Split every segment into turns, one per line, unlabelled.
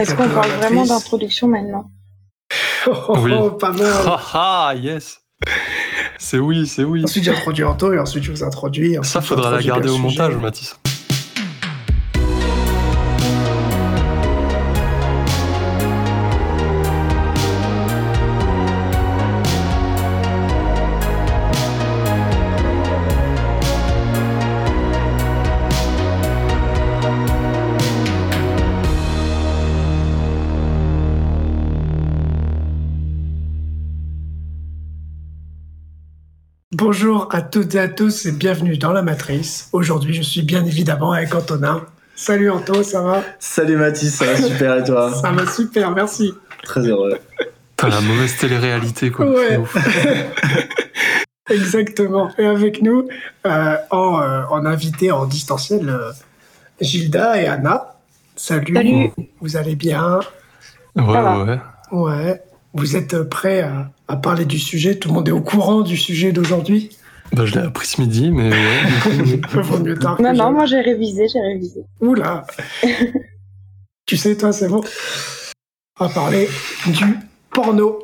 Est-ce qu'on parle vraiment d'introduction maintenant
Oh, oh,
Oui.
oh, pas
Euh,
mal.
Ah ah, yes C'est oui, c'est oui.
Ensuite, j'introduis Anto et ensuite, je vous introduis.
Ça,
ensuite,
faudra la
j'introduis
garder
le
au
sujet.
montage, Mathis.
Bonjour à toutes et à tous et bienvenue dans La Matrice. Aujourd'hui, je suis bien évidemment avec Antonin. Salut Anto, ça va
Salut Mathis, ça va super et toi
Ça va super, merci.
Très heureux.
T'as la mauvaise télé-réalité, quoi.
Ouais.
C'est ouf.
Exactement. Et avec nous, euh, en, euh, en invité en distanciel, euh, Gilda et Anna. Salut.
Salut.
Vous allez bien
Ouais,
va.
ouais.
Ouais. Vous êtes euh, prêts à, à parler du sujet Tout le monde est au courant du sujet d'aujourd'hui
Bah, je l'ai appris ce midi, mais ouais.
Vaut mieux tard que
Non, non,
jamais.
moi j'ai révisé, j'ai révisé.
Oula Tu sais, toi, c'est bon. On va parler du porno.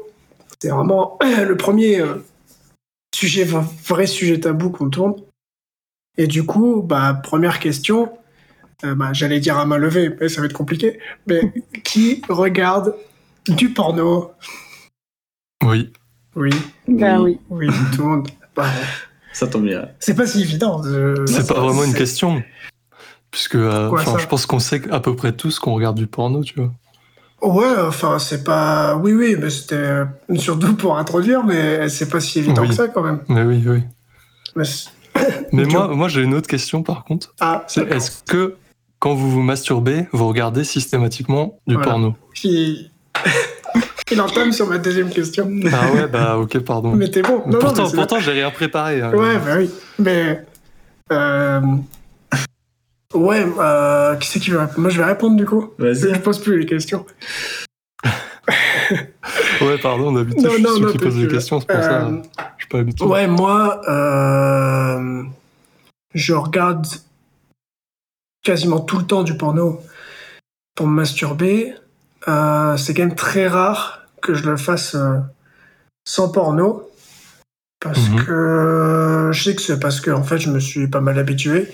C'est vraiment le premier euh, sujet, v- vrai sujet tabou qu'on tourne. Et du coup, bah, première question, euh, bah, j'allais dire à main levée, mais ça va être compliqué. Mais qui regarde du porno
oui.
Oui,
Bah oui.
oui, tout le monde. Bah,
Ça tombe bien.
c'est pas si évident. de-
C'est pas vraiment une
c'est-
question. Puisque, euh,
Quoi,
enfin,
ça
je pense qu'on sait à peu près tous qu'on regarde du porno, tu vois.
Ouais, enfin, c'est pas. Oui, oui, mais c'était euh, surtout pour introduire, mais c'est pas si évident
Oui.
que ça quand même.
Mais oui, oui.
Mais c'est-
Mais
Ok.
moi, moi j'ai une autre question, par contre.
Ah,
C'est est-ce que quand vous vous masturbez, vous regardez systématiquement du
Voilà.
porno
il... il entame sur ma deuxième question.
Ah ouais, bah, ok, pardon.
Mais t'es bon. Non, non,
pourtant,
mais c'est-
pourtant j'ai rien préparé. hein.
Ouais, bah oui. Mais. euh, Ouais, euh... qui c'est qui va. Moi, je vais répondre du coup.
Vas-y.
Je pose plus les questions.
Ouais, pardon, d'habitude,
Non,
je suis
non,
celui
non,
qui pose des
t'inquiète.
questions, c'est pour ça,
Euh,
je suis pas habitué.
Ouais, moi, euh, je regarde quasiment tout le temps du porno pour me masturber. Euh, c'est quand même très rare que je le fasse euh, sans porno. Parce
Mhm.
que je sais que c'est parce que en fait je me suis pas mal habitué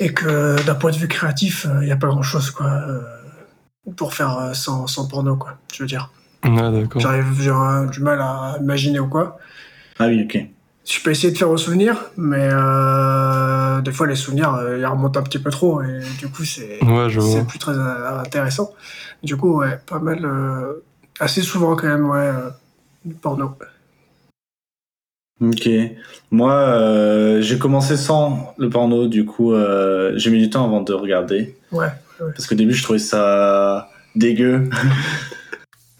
et que d'un point de vue créatif, il n'y a pas grand chose quoi euh, pour faire euh, sans, sans porno quoi. Je veux dire,
Ah, d'accord.
j'arrive j'ai euh, du mal à imaginer ou quoi.
Ah oui, ok.
Je peux essayer de faire au souvenir, mais euh, des fois les souvenirs euh, ils remontent un petit peu trop et du coup c'est
Ouais, je vois.
c'est plus très euh, intéressant. Du coup ouais, pas mal, euh, assez souvent quand même ouais, euh, du porno.
Ok. Moi, euh, j'ai commencé sans le porno, du coup, euh, j'ai mis du temps avant de regarder.
Ouais.
Parce qu'au début, je trouvais ça dégueu.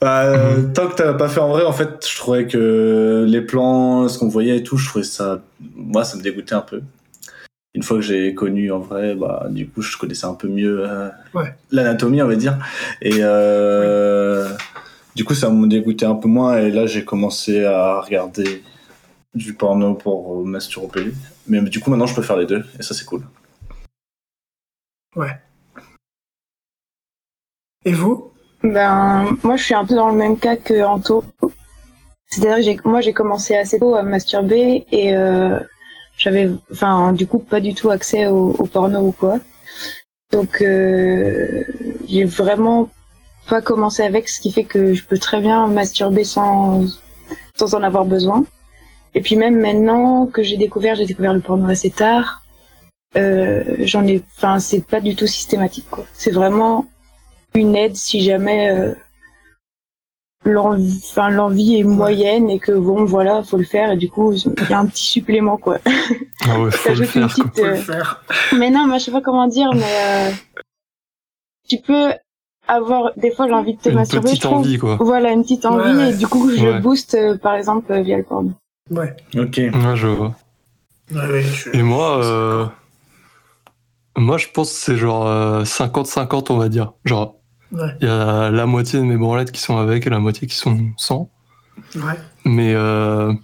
Euh,
Mhm.
Tant que t'as pas fait en vrai, en fait, je trouvais que les plans, ce qu'on voyait et tout, je trouvais ça. Moi, ça me dégoûtait un peu. Une fois que j'ai connu en vrai, bah, du coup, je connaissais un peu mieux euh,
Ouais.
l'anatomie, on va dire. Et euh, du coup, ça me dégoûtait un peu moins. Et là, j'ai commencé à regarder du porno pour euh, masturber. Mais du coup, maintenant, je peux faire les deux. Et ça, c'est cool.
Et vous
Ben, moi je suis un peu dans le même cas que Anto. C'est-à-dire que j'ai- moi j'ai commencé assez tôt à me masturber et euh, j'avais, enfin, du coup, pas du tout accès au, au porno ou quoi. Donc, euh, j'ai vraiment pas commencé avec, ce qui fait que je peux très bien masturber sans, sans en avoir besoin. Et puis même maintenant que j'ai découvert, j'ai découvert le porno assez tard. Euh, j'en ai, enfin, c'est pas du tout systématique. quoi. C'est vraiment une aide si jamais euh, l'envie enfin, l'envie est moyenne et que bon voilà faut le faire et du coup il y a un petit supplément quoi
Ah ouais, faut le
T'ajoutes une
faire, quoi.
petite
Faut le
euh,
faire.
mais non mais je sais pas comment dire mais euh, tu peux avoir des fois l'envie de te
Une
masturber je
petite
trouve
envie, quoi.
voilà une petite envie
Ouais, ouais.
et du coup je
Ouais.
booste euh, par exemple euh, via le porno
Ouais.
Ok.
Ouais, je vois.
Ouais, ouais, je-
Et moi, euh, moi, je pense que c'est genre euh, 50-50, on va dire. Genre,
Ouais.
il y a la moitié de mes branlettes qui sont avec et la moitié qui sont sans.
Ouais.
Mais, euh,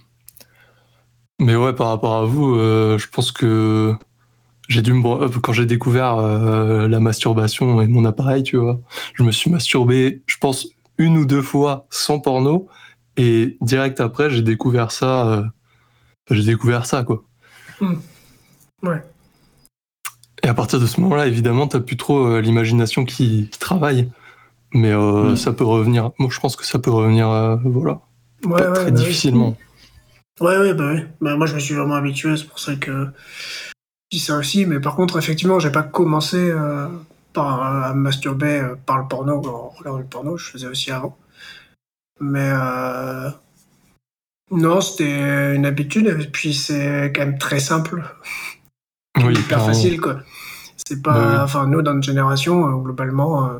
mais ouais, par rapport à vous, euh, je pense que J'ai dû me bro- quand j'ai découvert euh, la masturbation et mon appareil, tu vois, je me suis masturbé, je pense une ou deux fois sans porno et direct après j'ai découvert ça, euh, j'ai découvert ça quoi.
Hmm. Ouais.
Et à partir de ce moment-là, évidemment, t'as plus trop euh, l'imagination qui, qui travaille, mais euh,
Hmm.
ça peut revenir. Moi, je pense que ça peut revenir, euh, voilà,
Ouais,
pas
ouais, bah oui.
très difficilement.
Ouais, ouais, bah ouais. Bah, moi, je me suis vraiment habitué, c'est pour ça que je dis ça aussi. Mais par contre, effectivement, j'ai pas commencé euh, par, euh, à me masturber euh, par le porno, en regardant le porno, je faisais aussi avant. Mais euh, non, c'était une habitude, et puis c'est quand même très simple,
Oui,
hyper
clairement.
facile, quoi. C'est
Bah
pas.
oui.
Enfin, nous, dans notre génération, euh, globalement, euh,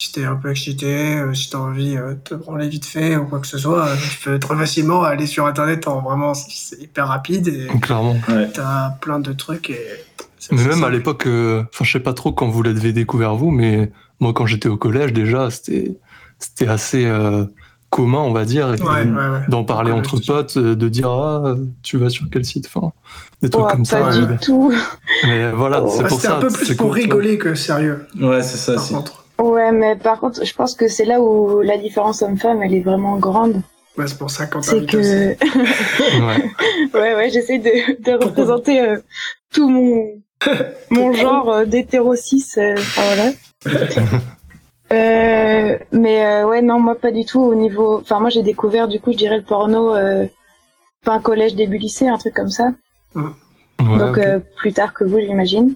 si t'es un peu excité, euh, si t'as envie euh, de te branler vite fait ou quoi que ce soit, euh, tu peux très facilement aller sur Internet en vraiment. c'est- C'est hyper rapide et
Clairement.
t'as plein de trucs et. c'est-
Mais
c'est
même à
simple.
l'époque, euh, enfin, je sais pas trop quand vous l'avez découvert vous, mais moi, quand j'étais au collège, déjà, c'était, c'était assez euh, commun, on va dire, et
Ouais, ouais, ouais.
d'en parler
Au collège,
entre
c'est sûr.
potes, euh, de dire ah, euh, tu vas sur quel site, enfin, des trucs
Oh,
comme ça. euh,
pas Oh.
ouais.
du tout.
Mais euh, voilà, c'est
Bah,
pour
C'était
ça.
un peu plus
c'est
pour
cool, tu vois.
rigoler que sérieux,
Ouais, Bah, c'est ça,
par
si.
contre.
Ouais, mais par contre, je pense que c'est là où la différence homme-femme, elle est vraiment grande.
Ouais, Bah, c'est pour ça que quand t'as
Ah,
C'est
envie de-
que,
Ouais.
ouais, ouais, j'essaie de, de représenter euh, tout mon, mon genre euh, d'hétéro cis, euh, enfin, voilà. Euh, mais euh, ouais, non, moi pas du tout au niveau. Enfin, moi j'ai découvert du coup, je dirais le porno, euh, fin collège, début lycée, un truc comme ça.
Ouais,
donc
ok.
euh, plus tard que vous, j'imagine.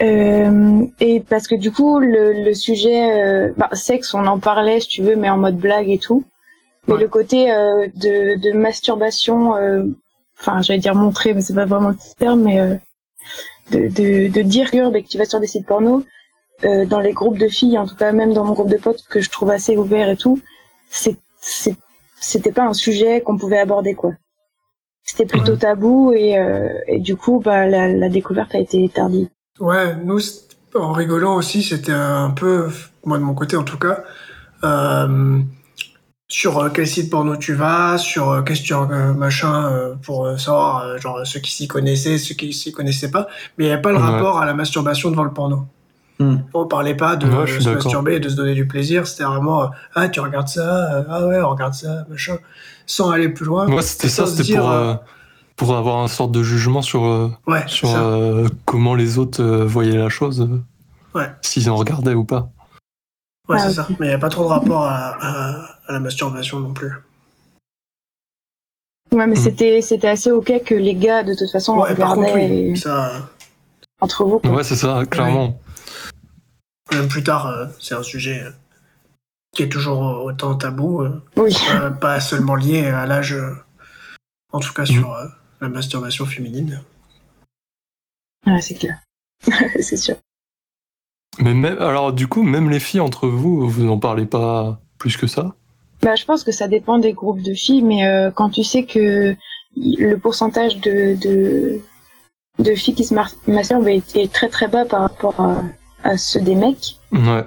Euh, et parce que du coup, le, le sujet euh, bah, sexe, on en parlait, si tu veux, mais en mode blague et tout. Mais
Ouais.
le côté euh, de, de masturbation, euh, enfin, j'allais dire montrer, mais c'est pas vraiment le terme, mais euh, de, de, de dire que tu vas sur des sites porno, euh, dans les groupes de filles, en tout cas même dans mon groupe de potes que je trouve assez ouvert et tout, c'est, c'est- c'était pas un sujet qu'on pouvait aborder quoi. C'était
Mhm.
plutôt tabou et, euh, et du coup bah la, la découverte a été tardive.
Ouais, nous, c't- en rigolant aussi, c'était un peu, moi de mon côté en tout cas, euh, sur euh, quel site porno tu vas, sur euh, qu'est-ce que tu euh, machin euh, pour euh, savoir, euh, genre ceux qui s'y connaissaient, ceux qui s'y connaissaient pas, mais il n'y avait pas le
Ouais.
rapport à la masturbation devant le porno.
Hmm.
On parlait pas de
Ouais,
euh,
je suis
se
d'accord.
masturber, de se donner du plaisir, c'était vraiment, euh, ah tu regardes ça, euh, ah ouais, on regarde ça, machin, sans aller plus loin.
Moi, c'était ça,
sans se
c'était
dire,
pour,
euh,
euh, pour avoir un sorte de jugement sur, euh,
Ouais,
sur
ça.
euh, comment les autres euh, voyaient la chose, euh,
Ouais.
s'ils en regardaient ou pas.
Ouais,
Ah,
c'est
ok.
ça. Mais il n'y a pas trop de rapport à, à- à la masturbation non plus.
Ouais, mais
Mhm.
c'était c'était assez ok que les gars de toute façon
Ouais, par contre,
regardaient
oui,
euh,
ça. euh,
entre vous. quoi.
Ouais, c'est ça, clairement.
Même plus tard, euh, c'est un sujet euh, qui est toujours autant tabou, euh,
Oui.
euh, pas seulement lié à l'âge, euh, en tout cas sur euh, la masturbation féminine.
Ouais, c'est clair. c'est sûr.
Mais même, alors, du coup, même les filles entre vous, vous n'en parlez pas plus que ça.
Bah, je pense que ça dépend des groupes de filles, mais euh, quand tu sais que y- le pourcentage de, de, de filles qui se mar- masturbent est, est très très bas par rapport à, à ceux des mecs,
Ouais.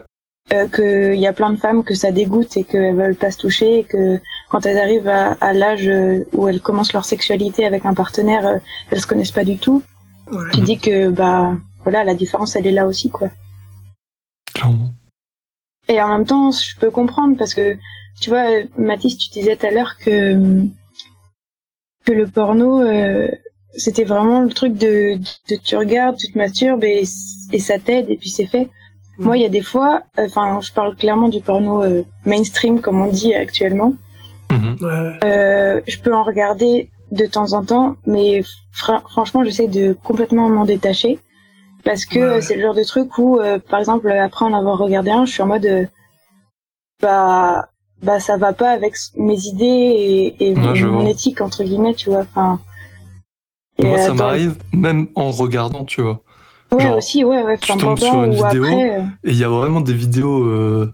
euh, qu'il y a plein de femmes que ça dégoûte et qu'elles veulent pas se toucher, et que quand elles arrivent à, à l'âge euh, où elles commencent leur sexualité avec un partenaire, euh, elles se connaissent pas du tout.
Ouais.
Tu dis que bah voilà, la différence elle est là aussi quoi.
Clairement.
Et en même temps, je peux comprendre parce que, tu vois, Mathis, tu disais tout à l'heure que, que le porno, euh, c'était vraiment le truc de, de tu regardes, tu te masturbes et, et ça t'aide et puis c'est fait.
Mm.
Moi, il y a des fois, euh, enfin, je parle clairement du porno euh, mainstream comme on dit actuellement.
Mhm.
Ouais, ouais.
Euh, je peux en regarder de temps en temps, mais fra- franchement, j'essaie de complètement m'en détacher parce que
Ouais, ouais.
euh, c'est le genre de truc où, euh, par exemple, après en avoir regardé un, je suis en mode, euh, bah, bah, ça va pas avec s- mes idées et, et
Ouais, je
mon
vois.
éthique entre guillemets, tu vois. Enfin, et,
Moi,
euh,
ça
dans-
m'arrive, même en regardant, tu vois.
Ouais,
genre,
aussi, ouais, ouais.
tu
enfin,
tombes sur
pendant
une
ou
vidéo,
après, euh,
Et il y a vraiment des vidéos euh,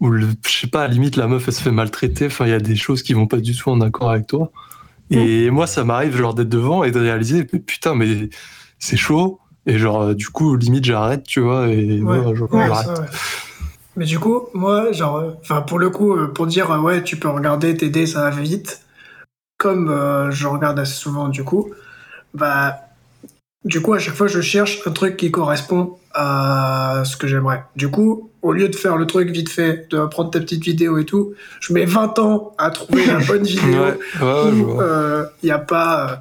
où, le, je sais pas, à la limite, la meuf, elle se fait maltraiter. Enfin, il y a des choses qui vont pas du tout en accord avec toi. Et moi, ça m'arrive, genre, d'être devant et de réaliser, mais putain, mais c'est chaud. Et genre, euh, du coup, limite, j'arrête, tu vois. Et
Ouais.
voilà, genre,
Ouais,
j'arrête.
ça, ouais. Mais du coup, moi, genre, enfin, pour le coup, euh, pour dire, euh, ouais, tu peux regarder, t'aider, ça va vite. Comme euh, je regarde assez souvent, du coup, bah, Du coup, à chaque fois, je cherche un truc qui correspond à ce que j'aimerais. Du coup, au lieu de faire le truc vite fait, de prendre ta petite vidéo et tout, je mets 20 ans à trouver la bonne
Ouais,
vidéo
ouais, ouais, je
où
vois.
il n'y a pas euh,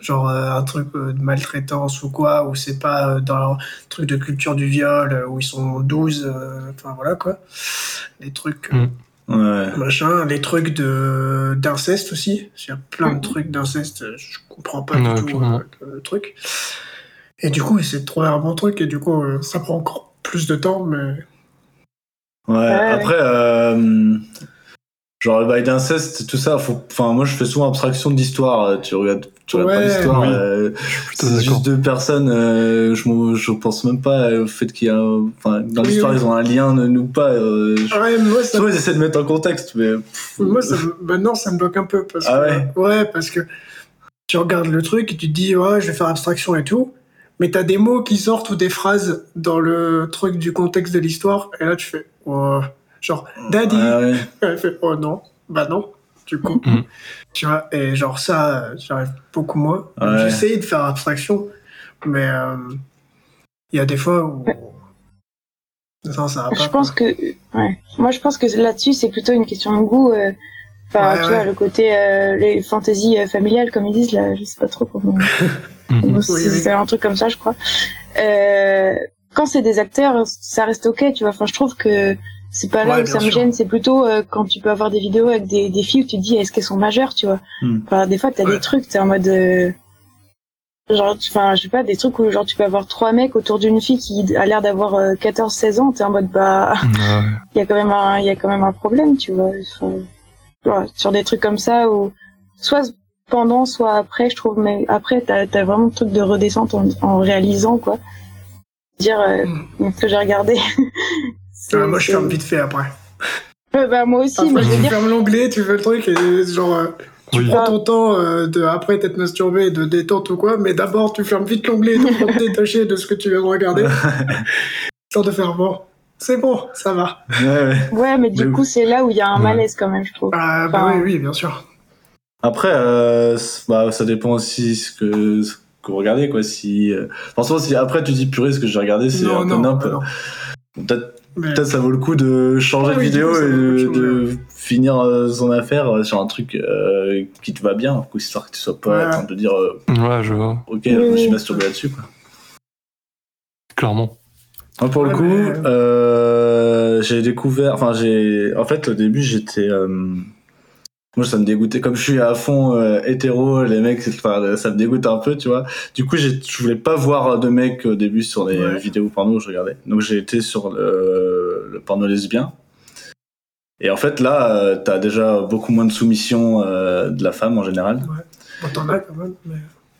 genre euh, un truc euh, de maltraitance ou quoi, où c'est pas euh, dans un truc de culture du viol, euh, où ils sont 12, euh, enfin voilà quoi. Les trucs
Mm.
euh,
Ouais.
machin, les trucs de d'inceste aussi. Il y a plein de trucs d'inceste, euh, je comprends pas du
Mm. Ouais,
tout
clairement.
euh, le truc. Et du coup, essayer de trouver un bon truc, et du coup, euh, ça prend encore plus de temps, mais
Ouais, après, euh, genre le bail d'inceste, tout ça, faut, enfin, moi je fais souvent abstraction de l'histoire, euh, tu regardes, tu regardes
Ouais,
pas l'histoire,
oui.
euh,
Je suis plutôt
c'est
d'accord.
juste deux personnes, euh, je, m'en- je pense même pas euh, au fait qu'il y a, enfin, dans
Oui,
l'histoire
oui.
ils ont un lien, ne nous pas, euh, je-
ouais, moi ça
souvent ils essaient de mettre en contexte, mais pff,
Moi, ça me- maintenant, ça me bloque un peu. Parce
Ah
que,
ouais
parce que tu regardes le truc et tu te dis, ouais, je vais faire abstraction et tout. Mais t'as des mots qui sortent ou des phrases dans le truc du contexte de l'histoire. Et là, tu fais, ouais. genre, daddy.
ouais, Ah ouais.
Elle fait, oh non, bah non. Du coup,
Mhm.
tu vois, et genre, ça, euh, j'y arrive beaucoup moins.
Ouais.
J'essaye de faire abstraction, mais euh, il y a des fois où. Ça, ça va pas.
Je pense que, ouais. Moi, je pense que là-dessus, c'est plutôt une question de goût. euh. Enfin,
Ouais,
tu
ouais.
vois, le côté euh, les fantaisies euh, familiales, comme ils disent là, je sais pas trop comment.
Mhm.
Ou si
Oui, oui.
C'est un truc comme ça, je crois. Euh, quand c'est des acteurs, ça reste ok, tu vois. Enfin, je trouve que c'est pas là
Ouais,
où ça
bien
me
sûr.
gêne, c'est plutôt euh, quand tu peux avoir des vidéos avec des, des filles où tu te dis est-ce qu'elles sont majeures, tu vois.
Hmm.
Enfin, des fois, t'as
Ouais.
des trucs, t'es en mode. euh, Genre, tu- enfin, je sais pas, des trucs où genre tu peux avoir trois mecs autour d'une fille qui a l'air d'avoir euh, 14-16 ans, t'es en mode bah
Ouais.
il y a quand même un il y a quand même un problème tu vois sur, voilà, sur des trucs comme ça où soit pendant soit après je trouve mais après t'as as vraiment le truc de redescente en, en réalisant quoi dire euh, ce que j'ai regardé C'est-
Ah, moi, je
c'est-
Ah, ferme vite fait après.
Ouais, bah, moi aussi
Après,
mais je veux
tu
dire
fermes l'onglet, tu fais le truc, et genre, euh, tu
Oui.
prends ton temps euh, de, après t'être masturbé, de détente ou quoi, mais d'abord, tu fermes vite l'onglet et tout pour te détacher de ce que tu viens de regarder. Histoire de faire bon. C'est bon, ça va.
Ouais, ouais.
ouais mais
Mais
du
oui.
coup c'est là où il y a un
Ouais.
malaise quand même je trouve
Ah, bah
Enfin,
oui, oui, bien sûr.
Après, euh, c- bah, ça dépend aussi ce que, ce que vous regardez, quoi. Si, euh, forcément, si après tu dis purée, ce que j'ai regardé, c'est
Non,
un peu
non,
nimp.
bah non.
Peut-être
Mais-
Peut-être ça vaut le coup de changer
Ah
de
oui,
vidéo
du coup, ça
et
vaut le
de,
coup de
de finir euh, son affaire euh, sur un truc euh, qui te va bien, quoi, histoire que tu sois pas
Ouais.
en train de dire euh,
Ouais, je vois.
ok,
Oui,
je me suis
oui.
masturbé là-dessus. quoi.
Clairement.
Moi, Ah, pour le
Ouais,
coup,
mais-
euh, j'ai découvert, enfin j'ai, en fait au début j'étais, euh, moi ça me dégoûtait, comme je suis à fond euh, hétéro, les mecs, c'est- enfin, ça me dégoûte un peu, tu vois. Du coup, j'ai- je voulais pas voir de mecs au début sur les
Ouais.
vidéos porno que je regardais. Donc j'ai été sur le, le porno lesbien. Et en fait, là, euh, t'as déjà beaucoup moins de soumission euh, de la femme en général.
Bon, t'en as quand même, mais...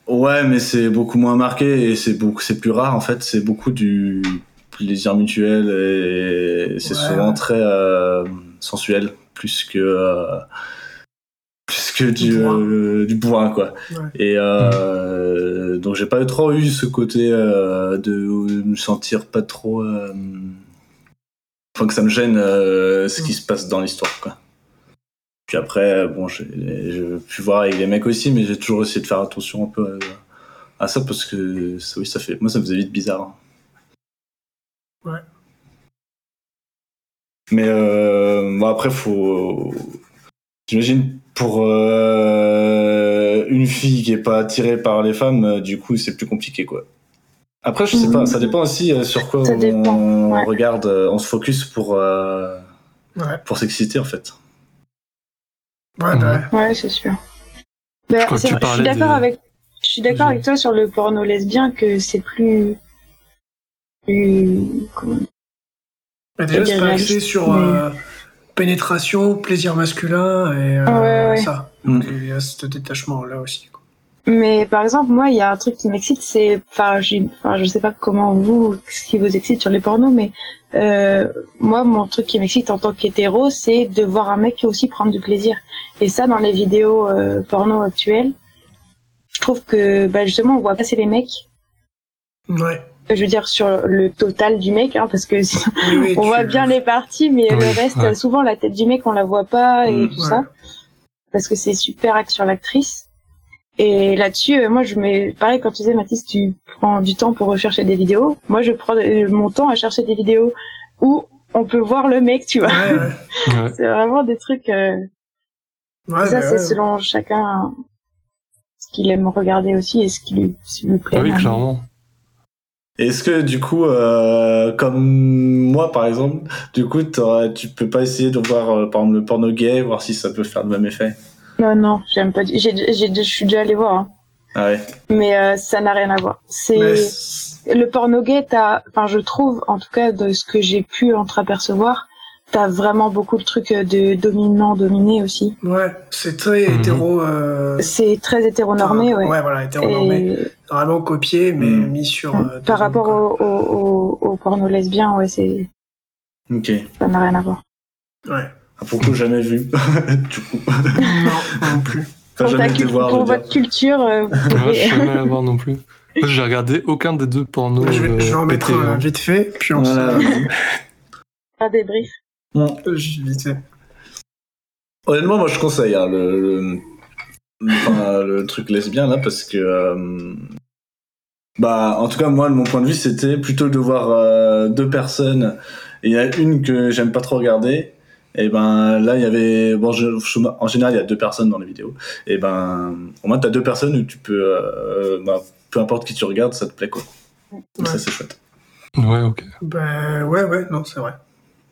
Ouais, mais c'est beaucoup moins marqué et c'est beaucoup, c'est plus rare en fait. C'est beaucoup du plaisir mutuel et c'est
Ouais,
souvent
ouais.
très euh, sensuel plus que euh, plus que du
Du bourrin.
euh, du bourrin quoi.
Ouais.
Et euh, donc j'ai pas trop eu ce côté euh, de me sentir pas trop. euh, Enfin que ça me gêne euh, ce qui se passe dans l'histoire quoi. Puis après, bon, j'ai j'ai pu voir avec les mecs aussi, mais j'ai toujours essayé de faire attention un peu à, à Ah, ça parce que ça, oui, ça fait, moi, ça me faisait vite bizarre. hein.
Ouais.
Mais euh, bon, après, faut. J'imagine pour euh, une fille qui est pas attirée par les femmes, euh, du coup, c'est plus compliqué, quoi. Après, je sais
Mhm.
pas, ça dépend aussi euh, sur quoi
Ça
on
dépend, ouais.
regarde, euh, on se focus pour euh,
Ouais,
pour s'exciter en fait.
ouais, bah,
ouais c'est sûr Bah,
crois que
c'est
tu
vrai, je suis
parlais
d'accord
des-
avec je suis d'accord
Vas-y.
avec toi sur le porno lesbien que c'est plus plus comment
Bah, déjà,
Il y
c'est
a
pas
la
axé
liste,
sur
mais-
euh, pénétration, plaisir masculin et euh,
Ouais, ouais.
ça.
Mm.
Donc, il y a ce détachement-là aussi. quoi.
Mais par exemple, moi, il y a un truc qui m'excite, c'est, enfin, j'ai- enfin, je sais pas comment vous, ce qui vous excite sur les pornos, mais euh, moi, mon truc qui m'excite en tant qu'hétéro, c'est de voir un mec qui aussi prendre du plaisir. Et ça, dans les vidéos euh, porno actuelles, je trouve que, bah, justement, on voit passer les mecs.
Ouais.
Je veux dire sur le total du mec, hein, parce que sinon,
Oui, oui,
on
tu-
voit bien les parties, mais
Oui,
le reste,
ouais.
souvent la tête du mec, on la voit pas et
Mm,
tout
ouais.
ça, parce que c'est super axe sur l'actrice. Et là-dessus, euh, moi, je mets pareil quand tu disais Mathis, tu prends du temps pour rechercher des vidéos. Moi, je prends euh, mon temps à chercher des vidéos où on peut voir le mec, tu vois.
Ouais, ouais.
Ouais.
C'est vraiment des trucs. euh,
Ouais,
ça,
bah
c'est
ouais.
selon chacun ce qu'il aime regarder aussi et ce qui lui, ce qui lui plaît.
Ah oui,
vraiment.
clairement.
Est-ce que du coup, euh, comme moi par exemple, du coup, t'aurais- tu peux pas essayer de voir euh, par exemple le porno gay, voir si ça peut faire le même effet
Non, non, j'aime pas. du- j'ai- j'ai- Je suis déjà allée voir, hein.
Ah ouais.
mais euh, ça n'a rien à voir. C'est
Mais
le porno gay, t'as, enfin, je trouve, en tout cas, de ce que j'ai pu entreapercevoir, t'as vraiment beaucoup le truc de dominant, dominé aussi.
Ouais, c'est très
Mhm.
hétéro. euh,
C'est très hétéronormé,
enfin,
ouais.
voilà, Ah, hétéronormé.
Et
Vraiment copié, mais
Mhm.
mis sur. euh,
par
deux
rapport
hommes,
au, au, au- au porno lesbien, ouais, c'est,
Ok.
ça n'a rien à voir.
quoi. Ouais.
Ah, Pour le coup, jamais vu. du coup,
non, non plus.
Enfin,
Pour, ta
jamais été
cul-
voir.
pour
je veux
votre culture, euh, vous
Ouais, je
pouvez-
suis jamais allé voir non plus. J'ai regardé aucun des deux pornos.
je, vais, je vais en
euh,
mettre
hétéro.
euh, vite fait, puis
dire.
on
Voilà.
se.
faire des briefs.
Euh, je- vite fait.
Honnêtement, moi je conseille hein, le, le- enfin, le truc lesbien là parce que. euh, bah, en tout cas, moi, de mon point de vue, c'était plutôt de voir euh, deux personnes. Et il y a une que j'aime pas trop regarder. Et ben là, il y avait. Bon, je- je- en général, il y a deux personnes dans les vidéos. Et ben, au moins, t'as deux personnes où tu peux. euh, bah, peu importe qui tu regardes, ça te plaît quoi. Donc,
Ouais.
Ça, c'est chouette.
Ouais, ok.
Bah, ouais, ouais, non, c'est vrai.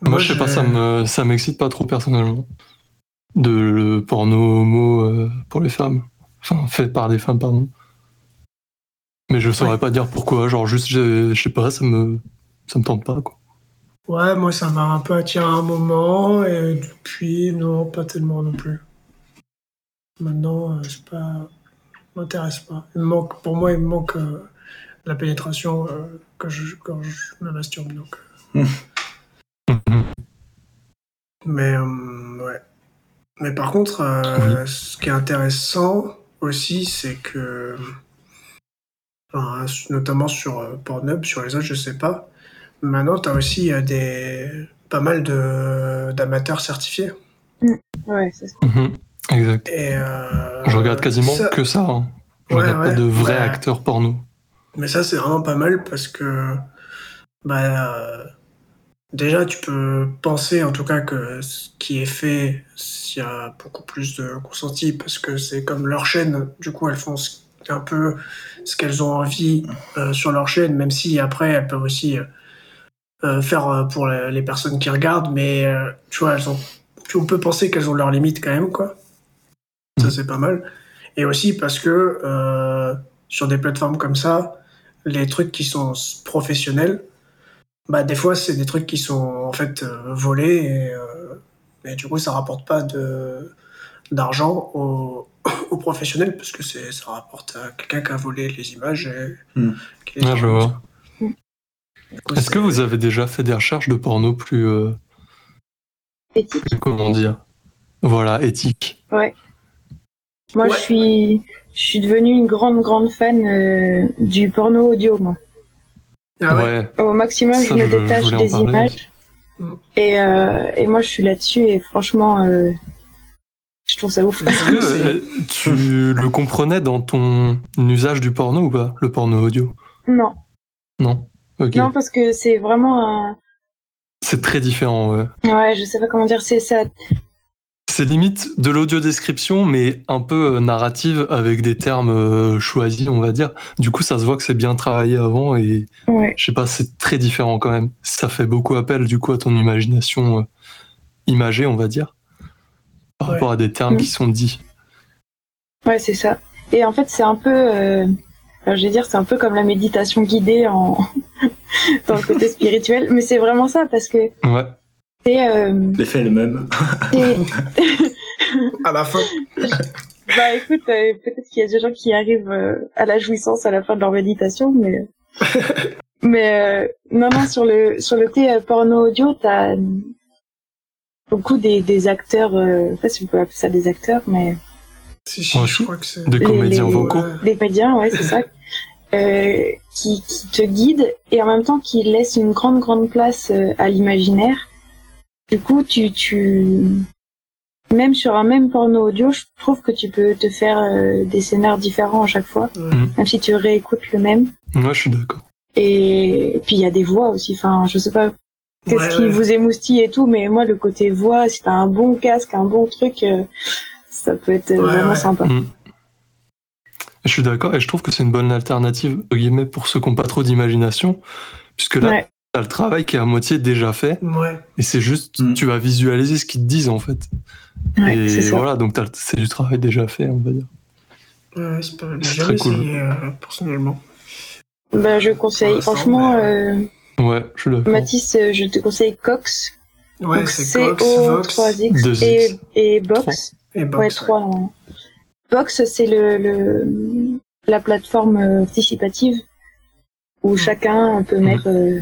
Moi, je sais pas, ça me, ça m'excite pas trop personnellement. De le porno homo euh, pour les femmes. Enfin, fait par des femmes, pardon. Mais je saurais pas dire pourquoi. Genre, juste, je je sais pas, ça me, ça me tente pas, quoi.
Ouais, moi, ça m'a un peu attiré à un moment, et depuis, non, pas tellement non plus. Maintenant, euh, c'est pas. m'intéresse pas. Il me manque, pour moi, il me manque euh, la pénétration euh, que je, quand je me masturbe, donc.
Mhm.
Mais euh, ouais. Mais par contre, euh, ce qui est intéressant aussi, c'est que, enfin, hein, notamment sur euh, Pornhub, sur les autres, je sais pas. Maintenant, t'as aussi euh, des pas mal de d'amateurs certifiés.
Ouais, c'est ça.
Mhm. Exact.
Et euh,
Je regarde quasiment
ça-
que ça. hein. Je
Ouais,
regarde
ouais.
pas de vrais
Ouais.
acteurs porno.
Mais ça, c'est vraiment pas mal parce que, bah, euh, déjà, tu peux penser en tout cas que ce qui est fait, s'il y a beaucoup plus de consenti parce que c'est comme leur chaîne, du coup, elles font ce- un peu ce qu'elles ont envie euh, sur leur chaîne, même si après, elles peuvent aussi euh, euh, faire euh, pour les les personnes qui regardent, mais euh, tu vois, elles ont, tu- on peut penser qu'elles ont leurs limites quand même, quoi.
Mm.
Ça, c'est pas mal. Et aussi parce que euh, sur des plateformes comme ça, les trucs qui sont s- professionnels, bah des fois c'est des trucs qui sont en fait euh, volés et, euh, et du coup ça rapporte pas de d'argent aux, aux professionnels parce que c'est ça rapporte à quelqu'un qui a volé les images. Et,
Hmm.
qui les
Ah, je
a-
vois.
Du coup,
Est-ce
c'est-
que vous avez déjà fait des recherches de porno plus, euh,
Éthique.
plus, comment dire Voilà, éthique.
Moi,
Ouais.
je suis, je suis devenue une grande, grande fan euh, du porno audio, moi.
Ah ouais
ouais.
Au maximum,
Ça,
je me
je- je
détache
voulais en
des
parler.
images.
Mm.
Et, euh, et moi, je suis là-dessus et franchement, euh, je trouve ça ouf.
Ah
Est-ce que euh, tu le comprenais dans ton usage du porno ou pas Le porno audio
non,
Non Ok.
non, parce que c'est vraiment un.
C'est très différent, ouais.
Ouais, je sais pas comment dire, c'est ça.
C'est limite de l'audio description, mais un peu euh, narrative avec des termes euh, choisis, on va dire. Du coup, ça se voit que c'est bien travaillé avant et
Ouais,
je sais pas, c'est très différent quand même. Ça fait beaucoup appel du coup à ton imagination euh, imagée, on va dire, par
Ouais.
rapport à des termes
Mhm.
qui sont dits.
ouais, c'est ça. Et en fait, c'est un peu. euh, enfin, je vais dire, c'est un peu comme la méditation guidée en dans le côté spirituel, mais c'est vraiment ça parce que
Ouais.
c'est. euh,
L'effet est le même.
c'est-
À la fin,
Bah écoute, euh, peut-être qu'il y a des gens qui arrivent euh, à la jouissance à la fin de leur méditation, mais mais euh, non non sur le sur le côté euh, porno audio, t'as euh, beaucoup des, des acteurs, euh, je sais pas si vous pouvez appeler ça des acteurs, mais
si, si,
Ouais,
je crois que c'est.
Des
Les-
comédiens
les-
vocaux.
Ouais.
des comédiens, ouais c'est ça, euh, qui qui te guident et en même temps qui laissent une grande grande place euh, à l'imaginaire. Du coup, tu tu même sur un même porno audio, je trouve que tu peux te faire euh, des scénars différents à chaque fois,
Mm.
Mhm.
même si tu réécoutes le même.
Moi, je suis d'accord.
Et, puis il y a des voix aussi. Enfin, je sais pas qu'est-ce
Ouais,
qui
ouais.
vous émoustille et tout, mais moi le côté voix, si t'as un bon casque, un bon truc, euh, ça peut être euh,
Ouais,
vraiment
ouais.
sympa.
Je suis d'accord et je trouve que c'est une bonne alternative entre guillemets, pour ceux qui n'ont pas trop d'imagination, puisque là,
Ouais.
t'as le travail qui est à moitié déjà fait
Ouais.
et c'est juste,
Mm.
tu vas visualiser ce qu'ils te disent en fait.
Ouais,
et
c'est ça.
voilà, donc t'as- c'est du travail déjà fait, on va dire.
Ouais, c'est pas mal.
C'est
J'ai
très
jamais
cool.
essayé, euh, personnellement.
Ben, je conseille.
Ouais, ça,
Franchement,
mais-
euh,
Ouais, je suis d'accord.
Mathis, euh, je te conseille Cox.
Ouais,
Donc,
c'est
CO,
Cox, Vox
3X
2X.
et, et Box.
et Box.
Ouais, 3. non. Box, c'est le, le- la plateforme euh, participative où chacun peut mettre euh,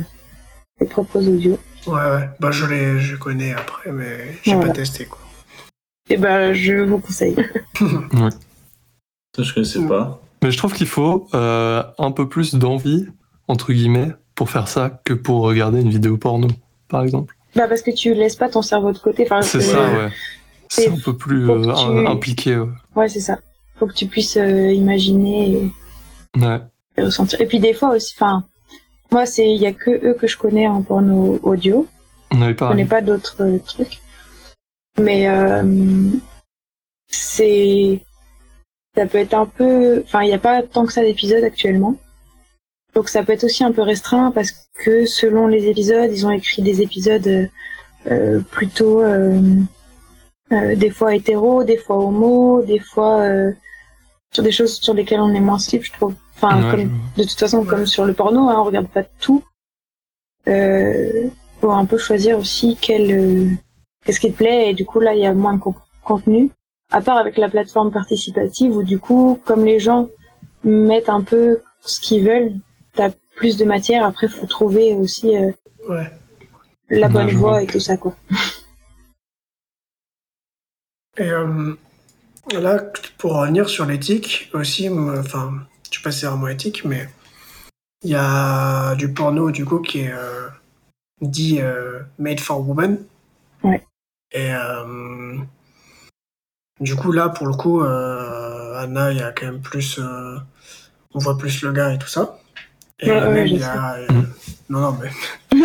ses propres audios.
Ouais, ouais. Bah, je les je connais après, mais j'ai
Voilà.
pas testé, quoi.
Et ben, je vous conseille.
Ça, je connaissais
Mm.
pas.
Mais je trouve qu'il faut euh, un peu plus d'envie, entre guillemets, pour faire ça que pour regarder une vidéo porno, par exemple.
Bah, parce que tu laisses pas ton cerveau de côté. Enfin,
C'est
euh,
ça, ouais. C'est un peu plus
faut que
euh,
tu-
impliqué. Ouais.
Ouais, c'est ça. Faut que tu puisses euh, imaginer et,
Ouais.
et ressentir. Et puis, des fois aussi, enfin, moi, c'est, il y a que eux que je connais hein, en porno audio.
On avait
Je connais
parlé.
pas d'autres euh, trucs. Mais euh, c'est. Ça peut être un peu. Enfin, il n'y a pas tant que ça d'épisodes actuellement. Donc ça peut être aussi un peu restreint parce que selon les épisodes, ils ont écrit des épisodes euh, euh, plutôt. euh, euh, des fois hétéro, des fois homo, des fois. euh, sur des choses sur lesquelles on est moins slip, je trouve. Enfin,
Ouais,
comme- de toute façon, comme sur le porno, hein, on regarde pas tout. Euh, faut un peu choisir aussi quel, euh, qu'est-ce qui te plaît. Et du coup, là, il y a moins de con- contenu. À part avec la plateforme participative où du coup, comme les gens mettent un peu ce qu'ils veulent, t'as plus de matière. Après, faut trouver aussi euh,
Ouais.
la
Bah,
Ouais,
bonne
je vois.
voie et tout ça, quoi.
Et euh, là, pour revenir sur l'éthique aussi, moi, enfin, je sais pas si c'est vraiment éthique, mais il y a du porno du coup qui est euh, dit euh, made for women.
Ouais.
Et euh, du coup là, pour le coup, euh, Anna, il y a quand même plus, euh, on voit plus le gars et tout ça. Et
Ouais, ouais,
même
je
il y a, euh, non non mais.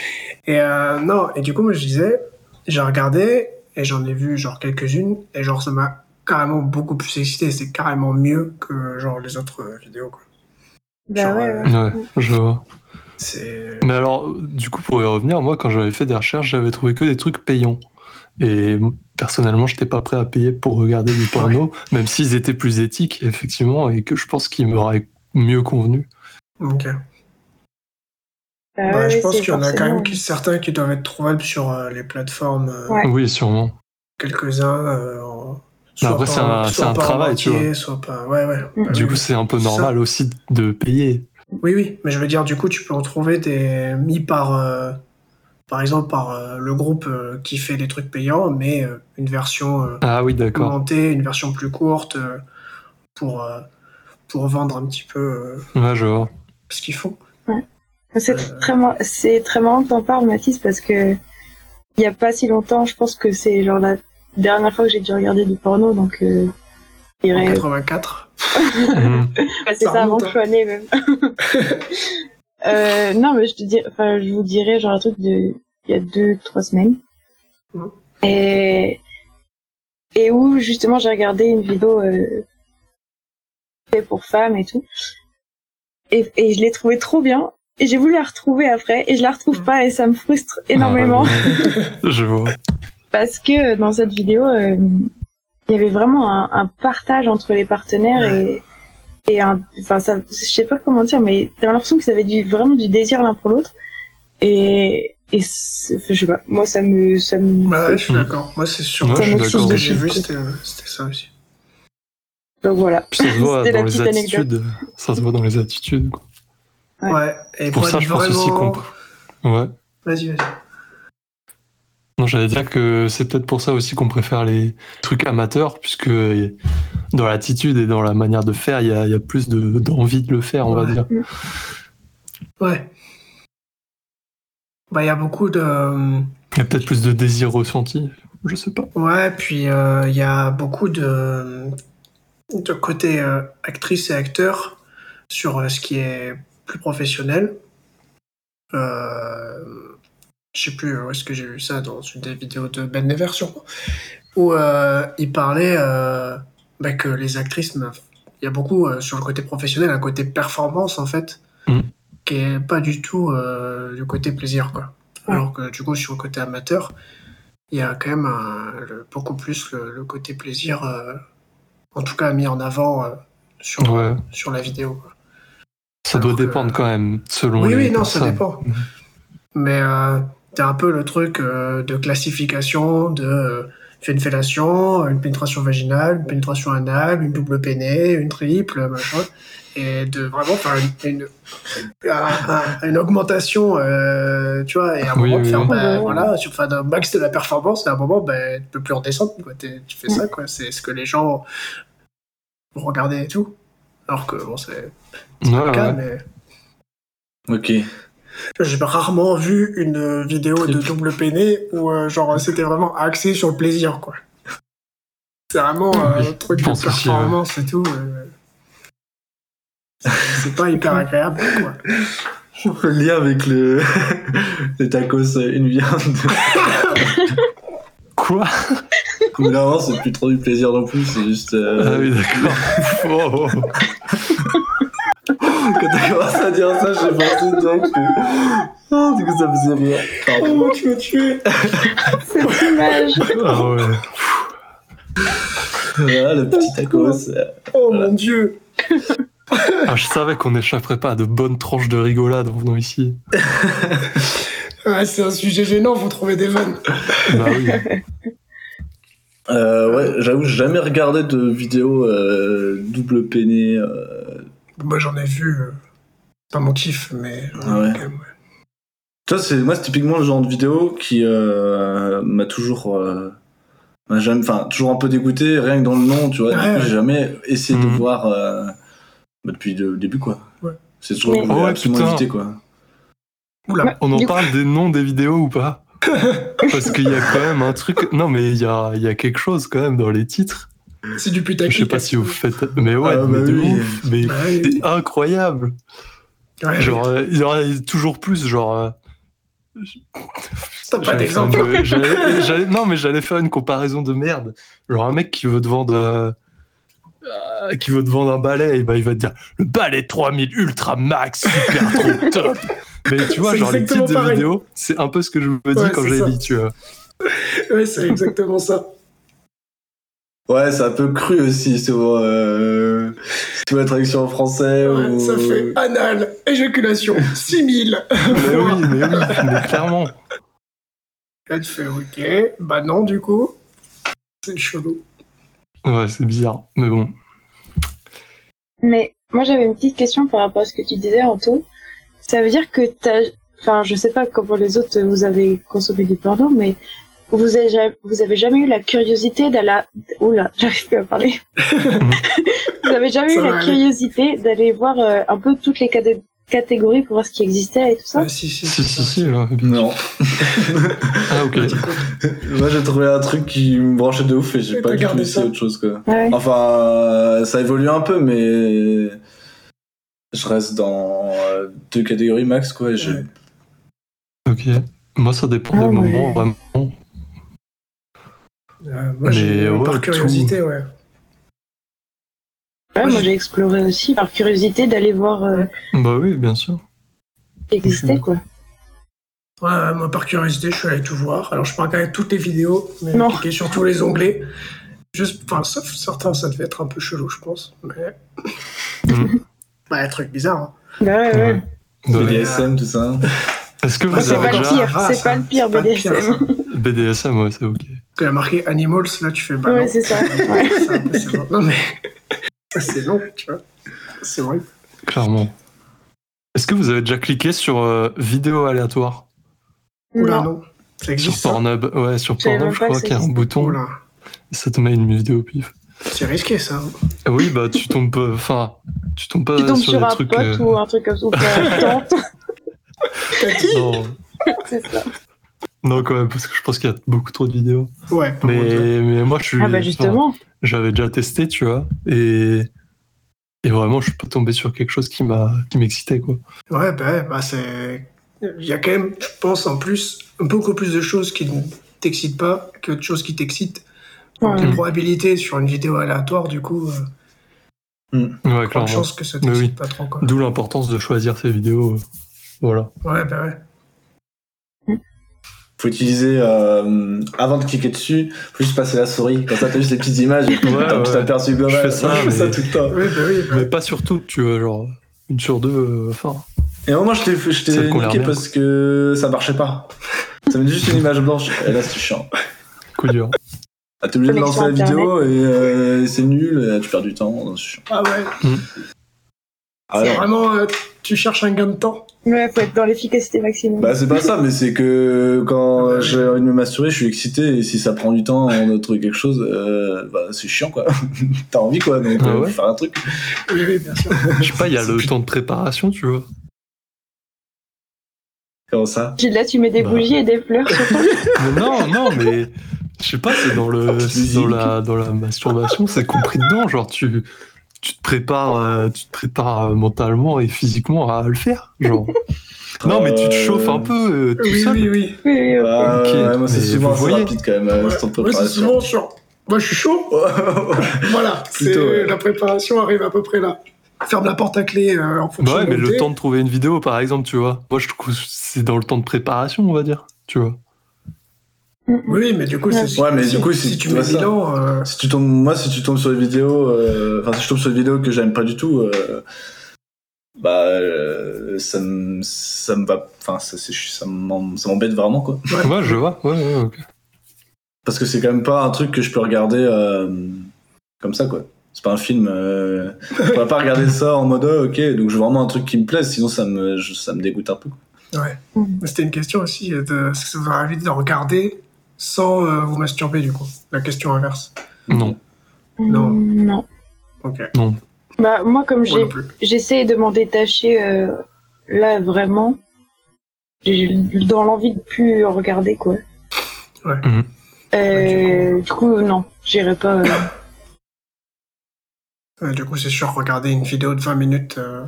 et euh, non et du coup moi je disais j'ai regardé et j'en ai vu genre quelques-unes et genre ça m'a carrément beaucoup plus excité. C'est carrément mieux que genre les autres euh, vidéos quoi. Genre, euh,
Bah, Ouais, je vois.
C'est
Mais alors, du coup, pour y revenir, moi, quand j'avais fait des recherches, j'avais trouvé que des trucs payants. Et personnellement, je n'étais pas prêt à payer pour regarder du porno, même s'ils étaient plus éthiques, effectivement, et que je pense qu'ils m'auraient mieux convenu. Mm.
ok.
Bah
Bah, je
Ah ouais,
pense
c'est
qu'il y en a quand
forcément-
même qui- certains qui doivent être trouvables sur euh, les plateformes. euh,
Ouais.
Oui, sûrement.
Quelques-uns. euh, en-
après, c'est
pas-
un-
soit
c'est un
pas en
travail,
entier,
tu vois.
Soit pas... Ouais, ouais.
Mm.
Bah
Du
oui,
coup,
oui.
c'est un peu
Ça.
normal aussi de payer.
Oui, oui, mais je veux dire, du coup, tu peux en trouver des mis par, euh, par exemple, par euh, le groupe euh, qui fait des trucs payants, mais euh, une version euh,
Ah oui, d'accord.
commentée, une version plus courte euh, pour, euh, pour vendre un petit peu euh,
Ouais, je vois.
ce qu'ils font.
C'est
Euh.
très, mar- c'est très marrant que t'en parles, Mathis, parce que il n'y a pas si longtemps, je pense que c'est genre la dernière fois que j'ai dû regarder du porno, donc euh, je
En
dirais-
84.
Mhm.
bah, c'est
ça
ça avant
remonte,
que je sois née, même. Euh, non, mais je te dis, enfin, je vous dirais genre un truc de il y a deux, trois semaines.
Mhm.
Et et où justement j'ai regardé une vidéo euh, faite pour femmes et tout. Et, et je l'ai trouvée trop bien. Et j'ai voulu la retrouver après et je la retrouve
Mhm.
pas et ça me frustre énormément
Ah, ouais. je vois.
parce que dans cette vidéo, euh, il y avait vraiment un, un partage entre les partenaires et, et un, enfin, ça, je sais pas comment dire, mais t'as l'impression qu'ils avaient du, vraiment du désir l'un pour l'autre. Et, et c'est- je sais pas, moi ça me, ça me,
Bah ouais, je suis
Mm.
d'accord. Moi, c'est sûr.
Ouais,
je suis
ce que
d'accord.
j'ai vu, c'était euh, c'était ça aussi.
donc voilà.
Puis ça se voit
C'était la
dans les
petite anecdote.
attitudes. Ça se voit dans les attitudes. quoi.
Ouais.
Ouais, et
Pour ça,
être
je pense aussi qu'on.
vraiment-
peut- Ouais.
Vas-y, vas-y.
Non, j'allais dire que c'est peut-être pour ça aussi qu'on préfère les trucs amateurs, puisque dans l'attitude et dans la manière de faire, il y a, il y a plus de- d'envie de, le faire, on va
Ouais.
dire.
Ouais. Bah, il y a beaucoup de. euh,
Il y a peut-être plus de désir ressenti. je sais pas.
Ouais, puis euh, il y a beaucoup de, de côté euh, actrice et acteur sur euh, ce qui est plus professionnel. Euh, je sais plus où est-ce que j'ai vu ça dans une des vidéos de Ben Never sûrement, où euh, il parlait euh, bah, que les actrices, meuf, il y a beaucoup euh, sur le côté professionnel, un côté performance en fait,
Mm.
qui est pas du tout euh, du côté plaisir quoi. Alors que du coup sur le côté amateur, il y a quand même un- le- beaucoup plus le, le côté plaisir, euh, en tout cas mis en avant euh, sur,
Ouais.
sur la vidéo. quoi.
Ça
Alors
doit
que-
dépendre quand même, selon
Oui,
les
oui, non, ça
personnes. Mhm.
dépend. Mais euh, t'as un peu le truc euh, de classification, de euh, fais une fellation, une pénétration vaginale, une pénétration anale, une double pénée, une triple, machin. Et de vraiment faire une, une, un- un- une augmentation, euh, tu vois, et à un
Oui,
moment, de
oui,
faire,
oui.
ben,
Ouais.
voilà, tu fais un max de la performance, et à un moment, ben, tu peux plus redescendre, quoi. T'es- Tu fais ça, quoi. C'est ce que les gens vont regarder et tout. Alors que, bon, c'est
Ouais,
pas le cas,
Ah ouais.
mais.
Ok.
J'ai rarement vu une euh, vidéo de double peiné où euh, genre c'était vraiment axé sur le plaisir quoi. C'est vraiment euh,
Oui,
un truc de
je pense aussi, ouais.
performance et tout. euh, c'est- C'est pas hyper agréable quoi.
On peut le lien avec le les tacos euh, une viande.
Quoi
Au bout d'un moment, hein, c'est plus trop du plaisir non plus, c'est juste
Ah oui,
euh,
d'accord. Oh, oh.
quand t'as commencé à dire ça, j'ai pensé direct que Ah, du coup ça faisait rire. Pardon.
Oh, tu me tuer
Cette image.
Ah ouais.
Ah, le petit tacos.
Oh
Voilà.
mon dieu
Ah, je savais qu'on n'échapperait pas à de bonnes tranches de rigolade en venant ici.
Ouais, Ah, C'est un sujet gênant, faut trouver des vannes.
Bah oui.
Euh, ouais, j'avoue, j'ai jamais regardé de vidéo euh, double peiné. euh.
Moi j'en ai vu, euh, c'est pas mon kiff, mais. euh,
Ah ouais.
quand même, ouais.
Tu vois, c'est moi, c'est typiquement le genre de vidéo qui euh, m'a toujours, euh, m'a jamais, enfin, toujours un peu dégoûté, rien que dans le nom, tu vois. Du
Ouais,
coup,
ouais.
J'ai jamais essayé de
Mhm.
voir euh, bah, depuis le début, quoi.
Ouais.
C'est toujours
Ouais.
qu'on
Oh
voulait
ouais,
absolument
putain.
éviter, quoi.
Oula
On en
Du coup-
parle des noms des vidéos ou pas Parce qu'il y a quand même un truc. Non, mais il y a, il y a quelque chose quand même dans les titres.
C'est du putac.
Je sais pas si vous faites. Mais ouais,
Ah, bah
mais de
oui.
ouf. Mais
Ah
c'est incroyable. Genre, euh, il y en a toujours plus. Genre, euh,
T'as pas
j'allais faire
d'exemple
une- j'allais- j'allais- non, mais j'allais faire une comparaison de merde. Genre, un mec qui veut te vendre. euh, euh, qui veut te vendre un balai, et ben il va te dire le balai 3000 ultra max super trop top. Mais tu vois,
C'est
genre les
exactement
titres de
pareil.
vidéos, c'est un peu ce que je me dis
Ouais,
quand
c'est
j'ai
ça.
dit, tu vois.
Ouais, c'est exactement ça.
Ouais, c'est un peu cru aussi, souvent. Euh, tout attraction français
Ouais,
Oh.
ou.
ça fait anal, éjaculation, 6000.
Mais oui, mais oui, mais clairement.
Là, tu fais ok, bah non, du coup, c'est chelou.
Ouais, c'est bizarre. Mais bon.
Mais moi j'avais une petite question par rapport à ce que tu disais Anto. Ça veut dire que t'as, enfin je sais pas comme pour les autres vous avez consommé du porno, mais vous avez jamais, vous avez jamais eu la curiosité d'aller, à- oula j'arrive plus à parler. vous avez jamais
Ça
eu
va
la
aller.
curiosité d'aller voir euh, un peu toutes les caté- catégories pour voir ce qui existait et tout ça.
Ah, si, si,
Si, si, si. ouais.
Non.
Ah, ok.
Moi, j'ai trouvé un truc qui me branchait de ouf et
Et
j'ai pas
t'as
du tout
gardé
essayé
ça.
autre chose, quoi.
Ouais.
Enfin, ça évolue un peu, mais je reste dans euh, deux catégories max, quoi. et j'ai-
Ouais.
Ok. Moi, ça dépend
Ah
des
ouais.
moments, vraiment.
Euh, moi, j'ai
Mais ouais,
par
tout.
curiosité, ouais.
Ouais,
Moi,
moi
j'ai-
j'ai exploré aussi par curiosité d'aller voir euh,
Bah oui, bien sûr.
ce qui existait quoi.
Ouais, ouais, moi, par curiosité, je suis allé tout voir. Alors, je parle quand même toutes les vidéos, mais
Non.
cliquer sur tous les onglets. Juste, enfin, sauf certains, ça devait être un peu chelou, je pense. Mais.
Mhm.
bah, un truc bizarre. hein.
Bah ouais, ouais.
Ouais.
Mais, euh,
BDSM, tout ça.
Est-ce que
Moi,
vous
c'est
avez
pas hein. le
déjà
pire,
Ah,
c'est
ça,
pas le pire
c'est pas le pire,
BDSM.
ça.
BDSM, ouais, c'est ok.
Tu as marqué Animals, là, tu fais bah, non.
ouais c'est ça. Ouais.
Ça, après, c'est long. Non, mais ça, c'est long, tu vois. C'est vrai.
Clairement. Est-ce que vous avez déjà cliqué sur euh, vidéo aléatoire
Oula,
Non.
non. Ça
sur
existe. hein. ça
Pornhub Ouais, sur
Je savais
Pornhub,
même
je
pas
crois
que ça
qu'il y a un
existait.
bouton.
Oula,
Ça te met une vidéo au pif.
c'est risqué, ça.
Ah Oui, bah tu tombes pas. Enfin, tu tombes pas
Tu tombes
sur,
sur
des
un
trucs.
pote
euh,
ou un truc comme ça, ou sur une tante,
T'as dit
non.
c'est ça.
Non, quand même, parce que je pense qu'il y a beaucoup trop de vidéos.
Ouais.
Mais, mais moi, je suis.
Ah bah justement,
J'avais déjà testé, tu vois. Et, et vraiment, je suis pas tombé sur quelque chose qui m'a qui m'excitait, quoi.
Ouais, bah, bah c'est. Il y a quand même, je pense, en plus, beaucoup plus de choses qui ne t'excitent pas que de choses qui t'excitent. Donc,
Ouais.
Mm.
les probabilités sur une vidéo aléatoire, du coup, euh,
Ouais,
grande
clairement.
chance que ça
Mais
t'excite
oui.
pas trop, quoi.
D'où l'importance de choisir ses vidéos. euh, Voilà.
Ouais, bah ouais.
Faut utiliser, euh, avant de cliquer dessus, faut juste passer la souris. Comme ça, t'as juste les petites images. Et puis,
Ouais,
t'as un
ouais.
petit aperçu global.
Je fais ça,
Moi, je fais ça
mais-
tout le temps.
Oui, bah oui, bah-
Mais pas sur toutes, tu vois, genre une sur deux. euh, Enfin,
Et au moins, je t'ai, je
Ça te
t'ai
convient
niqué
bien,
parce que ça marchait pas. Ça met juste une image blanche. Et là, c'est chiant.
coup dur.
Ah, t'es obligé de lancer la
Connexion
vidéo et euh, c'est nul. et tu perds du temps. Non, c'est chiant.
Ah ouais.
Ah,
c'est
non.
vraiment, euh, tu cherches un gain de temps.
ouais, faut être dans l'efficacité maximum.
Bah c'est pas ça, mais c'est que
Ah
quand j'ai envie de me masturber, je suis excité et si ça prend du temps avant de trouver quelque chose, euh, bah c'est chiant quoi. T'as envie quoi, donc
Ah
euh,
ouais.
faire un truc.
Oui, oui, bien sûr.
Je sais pas, il y a
C'est
le
plus-
temps de préparation, tu vois.
Comment ça
Puis Là, tu mets des
Bah.
bougies et des fleurs sur ton
Mais non, non, mais je sais pas, c'est dans le c'est dans la dans la masturbation, c'est compris dedans, genre tu tu te prépares euh, tu te prépares euh, mentalement et physiquement à le faire, genre. Non, mais tu te
Euh,
chauffes un peu euh, tout
Oui,
seul.
oui, oui.
Oui, oui, oui.
Bah,
Ok,
ouais, moi c'est
mais
souvent
vous
assez
voyez.
rapide quand même, euh,
Ouais.
ce temps de
Ouais, c'est
préparation.
souvent sur. Moi, je suis chaud. Voilà, c'est-
Plutôt, ouais.
la préparation arrive à peu près là. Ferme la porte à clé euh, en fonction
Bah ouais,
de
mais le
l'idée.
temps de trouver une vidéo, par exemple, tu vois. Moi, je trouve que c'est dans le temps de préparation, on va dire. Tu vois.
Oui, mais du coup, c'est
Ouais, mais du coup, si
si tu
tu
mets
vois ça.
bilan, euh,
Si tu tombes, moi si tu tombes sur des vidéos, euh, enfin si je tombe sur des vidéos que j'aime pas du tout, euh, bah euh, ça me ça me va, enfin ça c'est ça m'en- ça m'embête vraiment quoi.
Ouais.
Ouais, je vois. Ouais, ouais, ok.
Parce que c'est quand même pas un truc que je peux regarder euh, comme ça, quoi. C'est pas un film. Euh... Je pourrais pas regarder ça en mode ah, ok, donc je veux vraiment un truc qui me plaise, sinon ça me, je- ça me dégoûte un peu. quoi.
ouais.
Mm.
C'était une question aussi euh, de est-ce que ça vous a envie de regarder sans euh, vous masturber, du coup. La question inverse.
Non.
Non.
Non.
Ok.
Bah, moi, comme
Moi
j'ai
non plus.
J'essaie de m'en détacher euh, là vraiment. J'ai dans l'envie de plus regarder quoi.
Ouais.
Mhm.
Euh, du coup, non, j'irai pas. euh,
Ouais, Euh, du coup, c'est sûr, regarder une vidéo de 20 minutes euh,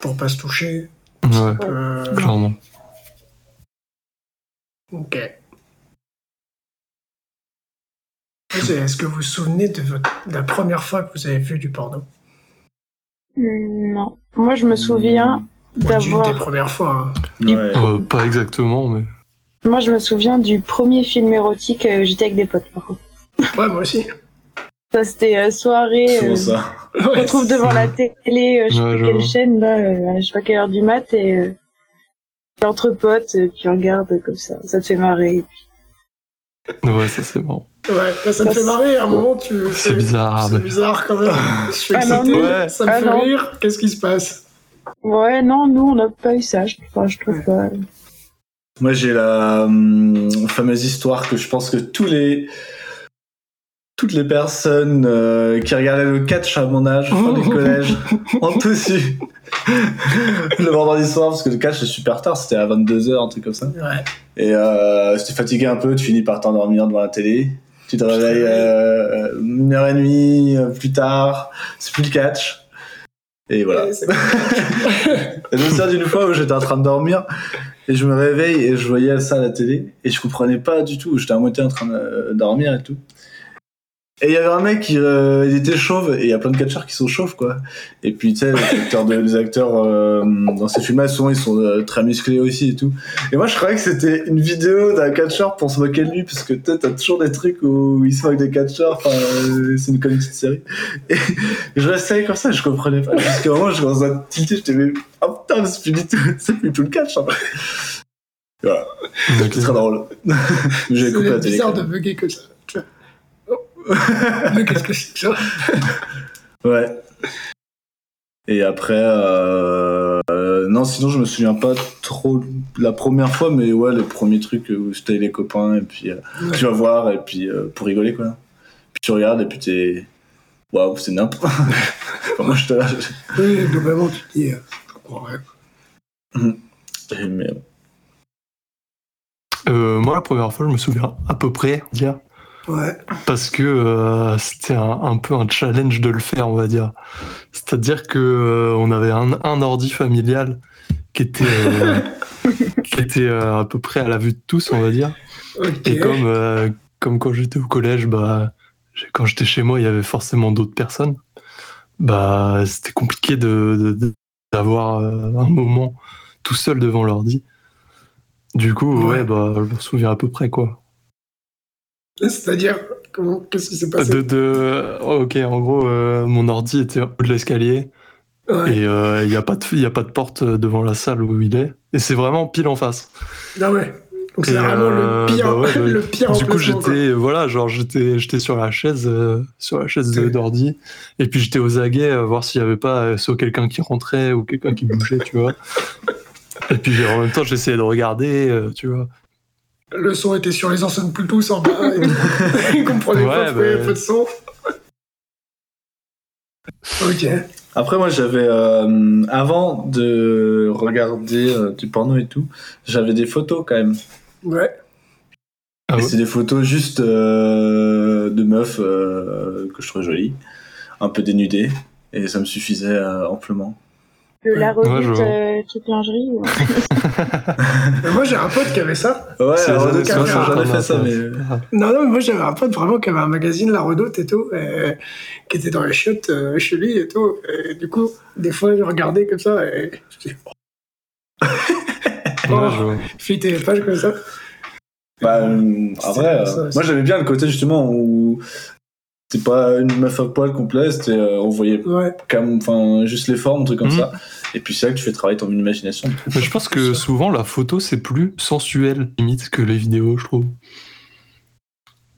pour pas se toucher.
Ouais,
euh,
clairement.
Ok. C'est- Est-ce que vous vous souvenez de, votre- de la première fois que vous avez vu du porno
non. Moi, je me souviens
Ou D'une des
d'avoir.
premières fois. hein.
Ouais.
Euh, pas exactement, mais.
Moi, je me souviens du premier film érotique. euh, J'étais avec des potes. Par contre.
Ouais, moi aussi.
Ça, c'était euh, soirée.
souvent
euh,
ça.
on se
Ouais,
retrouve devant la télé. euh, je sais
Ouais,
pas
je
quelle
vois.
chaîne là. euh, je sais pas quelle heure du mat et. euh, t'es entre potes, euh, puis on regarde euh, comme ça, ça te fait marrer.
Ouais, ça c'est marrant.
ouais, là, ça me
Ça,
fait
c'est-
marrer. À un moment, tu.
C'est bizarre.
C'est
mais-
bizarre quand même. Je suis
Ah non,
excité,
Ouais.
ça me
Ah
fait
non.
rire. Qu'est-ce qui se passe
Ouais, non, nous, on n'a pas eu ça, je, enfin, je trouve pas.
Moi j'ai la hum, fameuse histoire que je pense que tous les toutes les personnes euh, qui regardaient le catch à mon âge dans les collèges ont dessus le vendredi soir parce que le catch c'est super tard, c'était à 22h un truc comme ça.
Ouais.
Et euh, si t'es fatigué un peu, tu finis par t'endormir devant la télé. Tu te réveilles euh, une heure et demie euh, plus tard. C'est plus le catch. Et voilà.
C'est-
Et je me souviens d'une fois où j'étais en train de dormir et je me réveille et je voyais ça à la télé et je comprenais pas du tout. J'étais à moitié en train de euh, dormir et tout. Et il y avait un mec qui euh, il était chauve et il y a plein de catcheurs qui sont chauves quoi. Et puis tu sais les acteurs, de- les acteurs euh, dans ces films-là souvent ils sont euh, très musclés aussi et tout. Et moi je croyais que c'était une vidéo d'un catcheur pour se moquer de lui parce que peut-être t'as toujours des trucs où il se moque des catcheurs. Enfin euh, c'est une comédie de série. Et je restais comme ça je comprenais pas. Jusqu'à un moment je commençais à tilter j'étais mais ah putain mais c'est plus du tout c'est plus du tout le catch. hein.
Ok.
C'est très drôle. J'ai coupé la
C'est
télé.
bizarre
quand
de
même.
bugger comme ça. Tu vois. Oh. Mais qu'est-ce que c'est que ça
Ouais. Et après, euh, euh, non, sinon je me souviens pas trop de la première fois, mais ouais, les premiers trucs où c'était les copains, et puis euh,
Ouais.
tu vas voir, et puis euh, pour rigoler quoi. Puis tu regardes, et puis t'es. Waouh, c'est n'importe. Enfin, moi je te lâche.
Oui, globalement, tu te dis. euh, je comprends rien.
Mais
Euh, moi, la première fois, je me souviens à peu près, on va dire,
Ouais.
parce que euh, c'était un, un peu un challenge de le faire, on va dire. C'est-à-dire que euh, on avait un, un ordi familial qui était, euh, qui était euh, à peu près à la vue de tous, on va dire.
Ok.
Et comme, euh, comme quand j'étais au collège, bah, j'ai- quand j'étais chez moi, il y avait forcément d'autres personnes. Bah, c'était compliqué de, de- de- d'avoir euh, un moment tout seul devant l'ordi. Du coup, ouais,
Ouais.
bah, je me souviens à peu près quoi.
C'est-à-dire, comment- qu'est-ce qui s'est passé
De, de... oh, ok, en gros, euh, mon ordi était en haut de l'escalier
Ouais.
et euh, il n'y a, pas de- il y a pas de porte euh, devant la salle où il est. Et c'est vraiment pile en face.
Ah ouais. Donc c'est
Et,
vraiment
euh,
le pire,
bah ouais, bah,
le pire
Du coup,
emplacement, quoi.
j'étais voilà, genre j'étais j'étais sur la chaise euh, sur la chaise de-
Ouais.
d'ordi et puis j'étais aux aguets euh, voir s'il y avait pas euh, soit quelqu'un qui rentrait ou quelqu'un qui bougeait, tu vois. Et puis j'ai- en même temps, j'essayais de regarder, euh, tu vois.
Le son était sur les enceintes Bluetooth en bas. et tout. Ils comprenaient pas,
Ouais,
pourquoi il y avait
bah.
pas de son. Ok.
Après, moi, j'avais. euh, avant de regarder euh, du porno et tout, j'avais des photos quand même.
Ouais.
Ah
et
ouais.
c'est des photos juste euh, de meufs euh, que je trouvais jolies, un peu dénudées, et ça me suffisait euh, amplement.
De la
Ouais, je
revue
vois.
euh, toute lingerie. ou-
Mais Bah, Moi j'ai un pote qui avait ça.
Ouais,
C'est les
alors,
années
donc, j'en ai
60,
fait ça,
ça.
mais.
Non, non, mais moi j'avais un pote vraiment qui avait un magazine, La Redoute et tout, et- qui était dans les chiottes euh, chez lui et tout. Et du coup, des fois, je regardais comme ça et je dis, Oh.
Ouais, je vois.
je fitais les pages comme ça.
Bah, euh, en
C'est
vrai,
comme ça,
euh,
c'est-
moi j'aimais bien le côté justement où c'était pas une meuf à poil complet, c'était euh, on voyait
Ouais.
comme, enfin, juste les formes, un truc comme
Mhm.
ça. Et puis c'est là que tu fais travailler ton imagination.
Mais je pense que souvent la photo c'est plus sensuel limite que les vidéos, je trouve.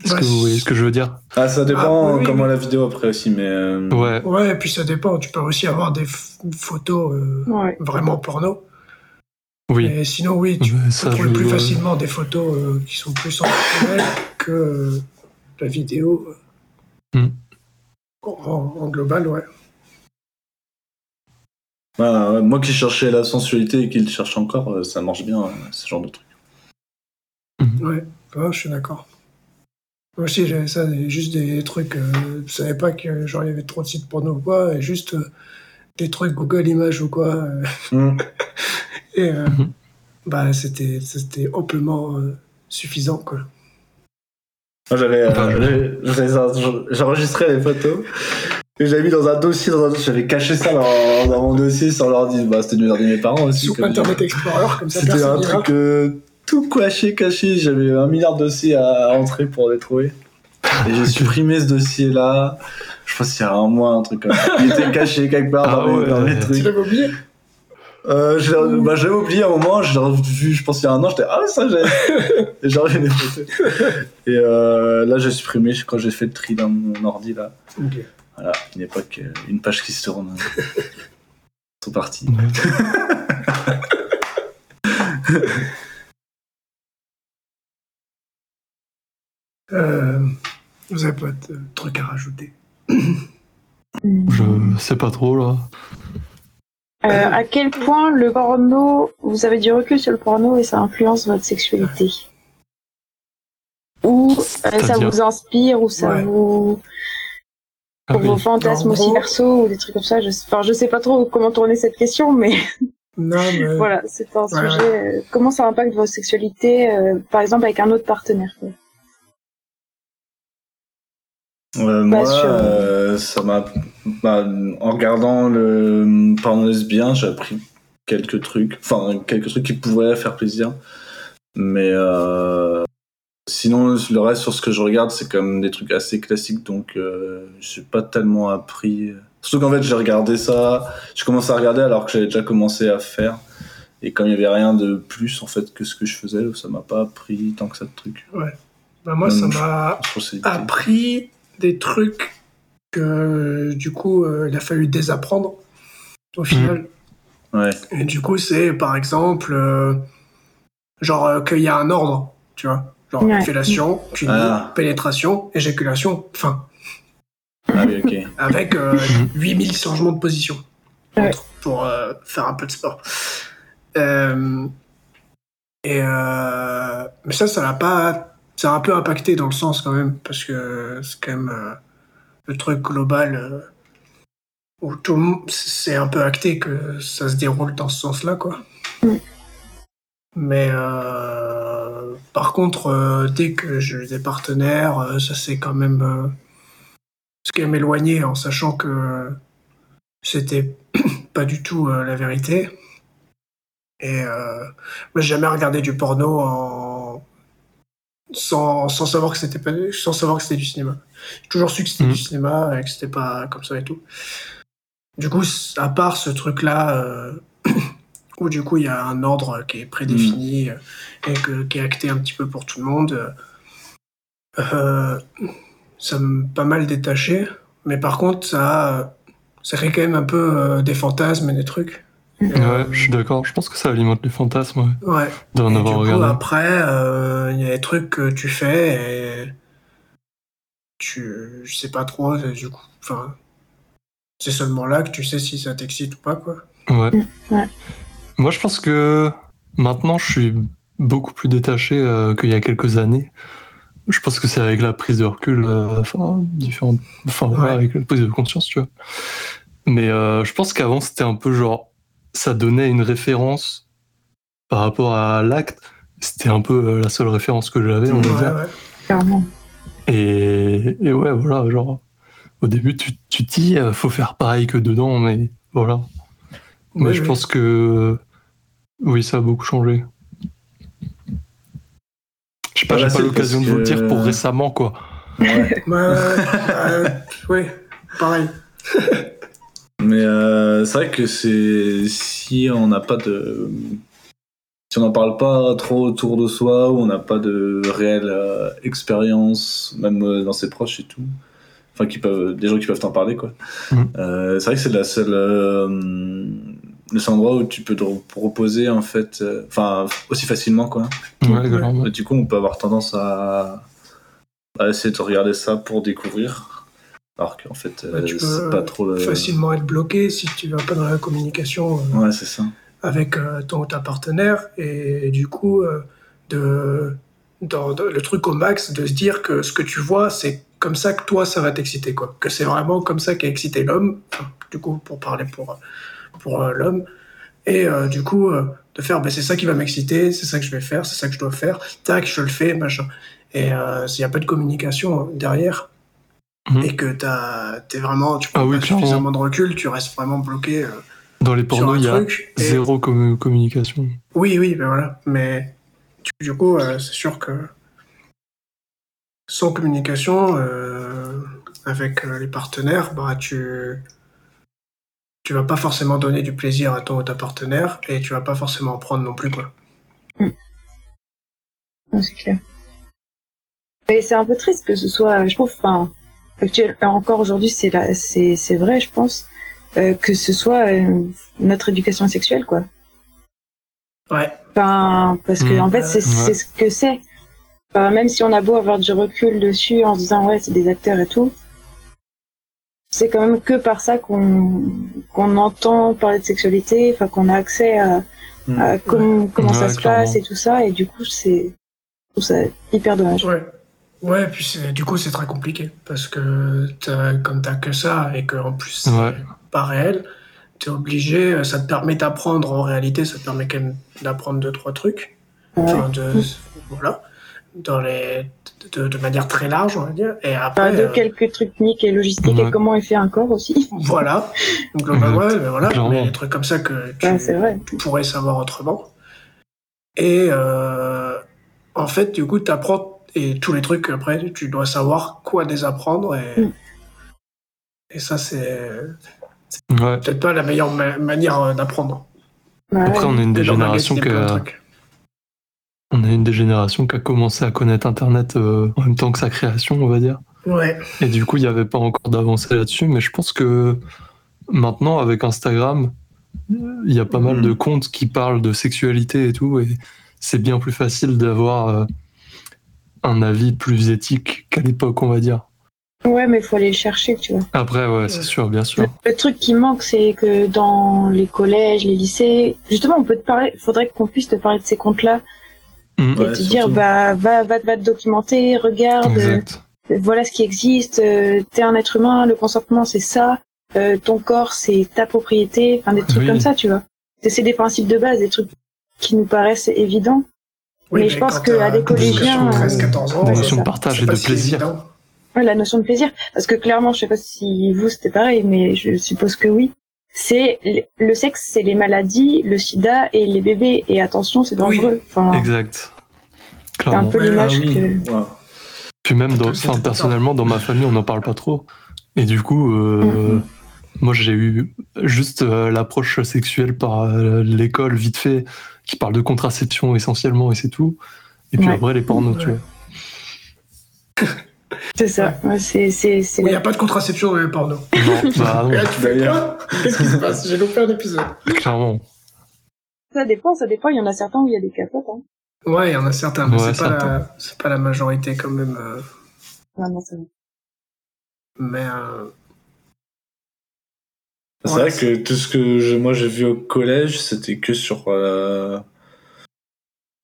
Est-ce
Bah,
que vous voyez ce que je veux dire
Ah, ça
Ah,
dépend
oui, oui,
comment
oui.
la vidéo après aussi, mais. euh,
Ouais.
Ouais, et puis ça dépend. Tu peux aussi avoir des ph- photos euh,
Ouais.
vraiment porno.
Oui.
Et sinon, oui, tu
Ouais,
peux
ça,
trouver
je-
plus facilement des photos euh, qui sont plus sensationnelles que euh, la vidéo. euh,
Hmm.
En, en global, ouais.
bah, ouais, moi qui cherchais la sensualité et qui le cherche encore, euh, ça marche bien, euh, ce genre de truc.
Ouais, Ouais, je suis d'accord. Moi aussi, j'avais ça, des- juste des trucs. euh, je savais pas que genre il y avait trop de sites porno ou quoi, et juste euh, des trucs Google Images ou quoi. euh,
Mhm.
et euh,
Mhm.
bah, c'était c'était amplement euh, suffisant, quoi.
Moi, j'avais, euh,
Enfin, je-
j'avais- je les en- je- j'enregistrais les photos et j'avais mis dans un dossier, dans un dossier, j'avais caché ça dans, dans mon dossier sur l'ordi. Bah, c'était du l'ordi de mes parents aussi.
Sous
comme-
Internet Explorer, comme ça,
C'était un
personne n'ira.
truc euh, tout caché, caché. J'avais un milliard de dossiers à entrer pour les trouver. Et j'ai supprimé ce dossier-là. Je pense qu'il y a un mois, un truc comme ça. Il était caché quelque part
Ah
dans, les-
ouais.
dans les
Tu
trucs.
l'avais oublié
Euh, je l'ai- bah, j'avais oublié un moment, je l'ai revu, je pense il y a un an, j'étais Ah, ça, j'ai. Et j'ai revu des photos. Et euh, là, j'ai supprimé quand j'ai fait le tri dans mon ordi. là.
Ok.
Voilà, une époque, euh, une page qui se tourne. Ils sont partis.
Ouais.
Euh, vous avez pas de truc à rajouter
Je sais pas trop là.
Euh, à quel point le porno, vous avez du recul sur le porno et ça influence votre sexualité Ou euh, ça
C'est-à-dire
vous inspire, ou ça
Ouais.
vous.
Ah
pour
oui.
vos fantasmes
En
aussi
gros-
perso ou des trucs comme ça. Je... Enfin, je sais pas trop comment tourner cette question, mais
Non, mais
voilà, c'est un
ouais,
sujet. euh, Comment ça impacte votre sexualité, euh, par exemple, avec un autre partenaire quoi.
Euh, moi,
sûr.
euh, ça m'a. bah, en regardant le porno lesbien, j'ai appris quelques trucs. Enfin, quelques trucs qui pouvaient faire plaisir. Mais euh, sinon, le reste sur ce que je regarde, c'est comme des trucs assez classiques. Donc, euh, j'ai pas tellement appris. Surtout qu'en fait, j'ai regardé ça. J'ai commencé à regarder alors que j'avais déjà commencé à faire. Et comme il y avait rien de plus en fait que ce que je faisais, ça m'a pas appris tant que ça de trucs.
bah, moi, ça
Hmm.
m'a
Je pense que c'est-
Ah, appris des trucs que du coup euh, il a fallu désapprendre au final.
Ouais.
Et du coup, c'est par exemple, euh, genre euh, qu'il y a un ordre, tu vois. Genre
Ouais.
fellation, cunis,
Ah.
pénétration, éjaculation, fin.
Ah oui, ok.
Avec euh,
Mhm.
8000 changements de position
Ouais.
pour euh, faire un peu de sport. Euh, Et euh, mais ça, ça l'a pas, ça a un peu impacté dans le sens quand même, parce que c'est quand même euh, le truc global euh, où tout le monde, c'est un peu acté que ça se déroule dans ce sens-là, quoi.
Oui.
Mais euh, par contre, euh, dès que j'ai eu des partenaires, euh, ça s'est quand même, euh, c'est quand même éloigné en sachant que c'était pas du tout euh, la vérité. Et euh, moi, j'ai jamais regardé du porno en... sans, sans savoir que c'était pas sans savoir que c'était du cinéma. J'ai toujours su que c'était
Mhm.
du cinéma et que c'était pas comme ça et tout. Du coup, c- à part ce truc-là, euh, où du coup il y a un ordre qui est prédéfini euh, et que- qui est acté un petit peu pour tout le monde, euh, euh, ça m'a pas mal détaché. Mais par contre, ça, euh, ça crée quand même un peu euh, des fantasmes et des trucs.
Mhm.
Et, euh,
Ouais, je suis d'accord. Je pense que ça alimente les fantasmes ouais,
ouais.
d'en
Et du
avoir
coup,
regardé.
après, euh, il y a des trucs que tu fais et tu, je sais pas trop, et du coup, enfin, c'est seulement là que tu sais si ça t'excite ou pas, quoi.
Ouais.
Ouais.
Moi, je pense que maintenant, je suis beaucoup plus détaché euh, qu'il y a quelques années. Je pense que c'est avec la prise de recul, euh, enfin, différentes, enfin, voilà,
Ouais.
avec la prise de conscience, tu vois. Mais euh, je pense qu'avant, c'était un peu genre, ça donnait une référence par rapport à l'acte. C'était un peu euh, la seule référence que j'avais, on
Ouais,
va dire.
ouais.
clairement.
Et, et ouais, voilà, genre, au début, tu, tu te dis, euh, faut faire pareil que dedans, mais voilà. Mais
Oui,
je
oui.
pense que euh, oui, ça a beaucoup changé. Je sais pas,
Ah, là,
j'ai pas
c'est
l'occasion
parce
de vous le
que-
dire pour récemment, quoi.
Ouais.
Ouais, ouais, ouais. Ouais, pareil.
Mais euh, c'est vrai que c'est si on n'a pas de si on n'en parle pas trop autour de soi ou on n'a pas de réelle euh, expérience même euh, dans ses proches et tout, enfin qui peuvent des gens qui peuvent t'en parler quoi.
Mmh.
Mhm.
Euh, c'est vrai que c'est la seule euh, le seul endroit où tu peux te reposer en fait, euh, enfin aussi facilement quoi.
Ouais,
Ouais.
clairement.
Du coup, on peut avoir tendance à, à essayer de regarder ça pour découvrir. Alors qu'en fait, euh,
Bah, tu
c'est
peux
pas trop le.
facilement être bloqué si tu vas pas dans la communication euh,
Ouais, c'est ça.
avec euh, ton ou ta partenaire et, du coup euh, de, dans, dans le truc au max de se dire que ce que tu vois c'est comme ça que toi ça va t'exciter quoi que c'est vraiment comme ça qu'a excité l'homme Enfin, du coup pour parler pour pour euh, l'homme et euh, du coup euh, de faire bah, c'est ça qui va m'exciter c'est ça que je vais faire c'est ça que je dois faire tac je le fais machin et euh, s'il n'y a pas de communication euh, derrière
Mhm.
et que t'as t'es vraiment tu prends
Ah oui,
pas
clairement.
suffisamment de recul tu restes vraiment bloqué euh,
Dans les
sur
pornos,
un
il y a
truc et-
zéro commu- communication.
oui, oui, ben voilà. Mais du, du coup, euh, c'est sûr que sans communication euh, avec euh, les partenaires, bah, tu tu vas pas forcément donner du plaisir à ton ou ta partenaire et tu vas pas forcément en prendre non plus quoi.
Ouais, c'est clair. Et c'est un peu triste que ce soit, euh, je trouve, enfin, actuel- encore aujourd'hui, c'est la- c'est c'est vrai, je pense, euh, que ce soit euh, notre éducation sexuelle, quoi.
Ouais.
Enfin, parce que
Mhm.
en fait, c'est c'est ce que c'est. Enfin, même si on a beau avoir du recul dessus en se disant ouais, c'est des acteurs et tout, c'est quand même que par ça qu'on qu'on entend parler de sexualité, enfin qu'on a accès à,
Mhm.
à com- comment ça
Hmm. Ouais,
se
clairement.
passe et tout ça, et du coup, c'est je trouve ça hyper dommage.
Ouais. Ouais, puis c'est- du coup c'est très compliqué parce que t'as, comme t'as que ça et que en plus c'est
Ouais.
pas réel, t'es obligé. euh, Ça te permet d'apprendre en réalité, ça te permet quand même d'apprendre deux trois trucs.
Ouais.
Enfin, de, voilà, dans les, de, de manière très large, on va dire. Et
Enfin,
après,
Ah, de
euh,
quelques techniques et logistiques
Ouais.
et comment il fait un corps aussi.
voilà, globalement, ouais, mais voilà,
Clairement.
mais des trucs comme ça que tu
Ouais, c'est vrai.
pourrais savoir autrement. Et euh, en fait, du coup, tu apprends et tous les trucs après, tu dois savoir quoi désapprendre. Et,
Mm.
et ça, c'est
Ouais.
peut-être pas la meilleure ma- manière euh, d'apprendre.
Ouais,
Après, on est une des
Et
générations
d'emmagasiner
qui
plein de
a,
trucs.
on est une des générations qui a commencé à connaître Internet euh, en même temps que sa création, on va dire.
Ouais,
Et du coup, il n'y avait pas encore d'avancée là-dessus, mais je pense que maintenant, avec Instagram, il y a pas mal de comptes qui parlent de sexualité et tout, et c'est bien plus facile d'avoir euh, un avis plus éthique qu'à l'époque, on va dire.
ouais mais il faut aller le chercher, tu vois.
Après, ouais, c'est
Ouais.
sûr, bien sûr.
Le truc qui manque, c'est que dans les collèges, les lycées, justement, on peut te parler, faudrait qu'on puisse te parler de ces comptes-là
Mm.
et
Ouais,
te
surtout.
dire bah va, va, va te documenter, regarde, euh,
Exact.
voilà ce qui existe, euh, t'es un être humain, le consentement c'est ça, euh, ton corps c'est ta propriété, enfin des trucs
Oui.
comme ça, tu vois. C'est c'est des principes de base, des trucs qui nous paraissent évidents. Mais je pense
quand
que
t'as
à des collégiens, euh,
13, 14 ans,
ouais,
Une
c'est
notion de
ça.
partage
euh, c'est
et
pas
de
si
plaisir.
évident.
Ouais, la notion de plaisir, parce que clairement, je sais pas si vous c'était pareil, mais je suppose que oui. C'est le sexe, c'est les maladies, le sida et les bébés. Et attention, c'est dangereux. Enfin,
Exact.
c'est un
Clairement.
peu
Ouais,
l'image
oui.
que.
Ouais.
Puis même, dans,
Tout cet
enfin,
état.
personnellement, dans ma famille, on n'en parle pas trop. Et du coup, euh, moi, j'ai eu juste euh, l'approche sexuelle par euh, l'école, vite fait, qui parle de contraception essentiellement, et c'est tout. Et puis
Ouais.
après, les pornos, tu vois.
C'est ça. Ouais, c'est c'est c'est.
Il n'y a pas de contraception dans les pornos.
Non, bah
Et
non,
là, tu fais quoi
D'ailleurs.
Qu'est-ce qui se passe J'ai loupé un épisode.
clairement.
Ça dépend, ça dépend. Il y en a certains où il y a des capotes. Hein.
Ouais, il y en a certains, mais
Ouais,
c'est pas,
certains.
la- c'est pas la majorité quand même. euh,
Non, non, c'est vrai.
mais euh,
C'est
Ouais,
vrai que tout ce que je- moi j'ai vu au collège, c'était que sur euh,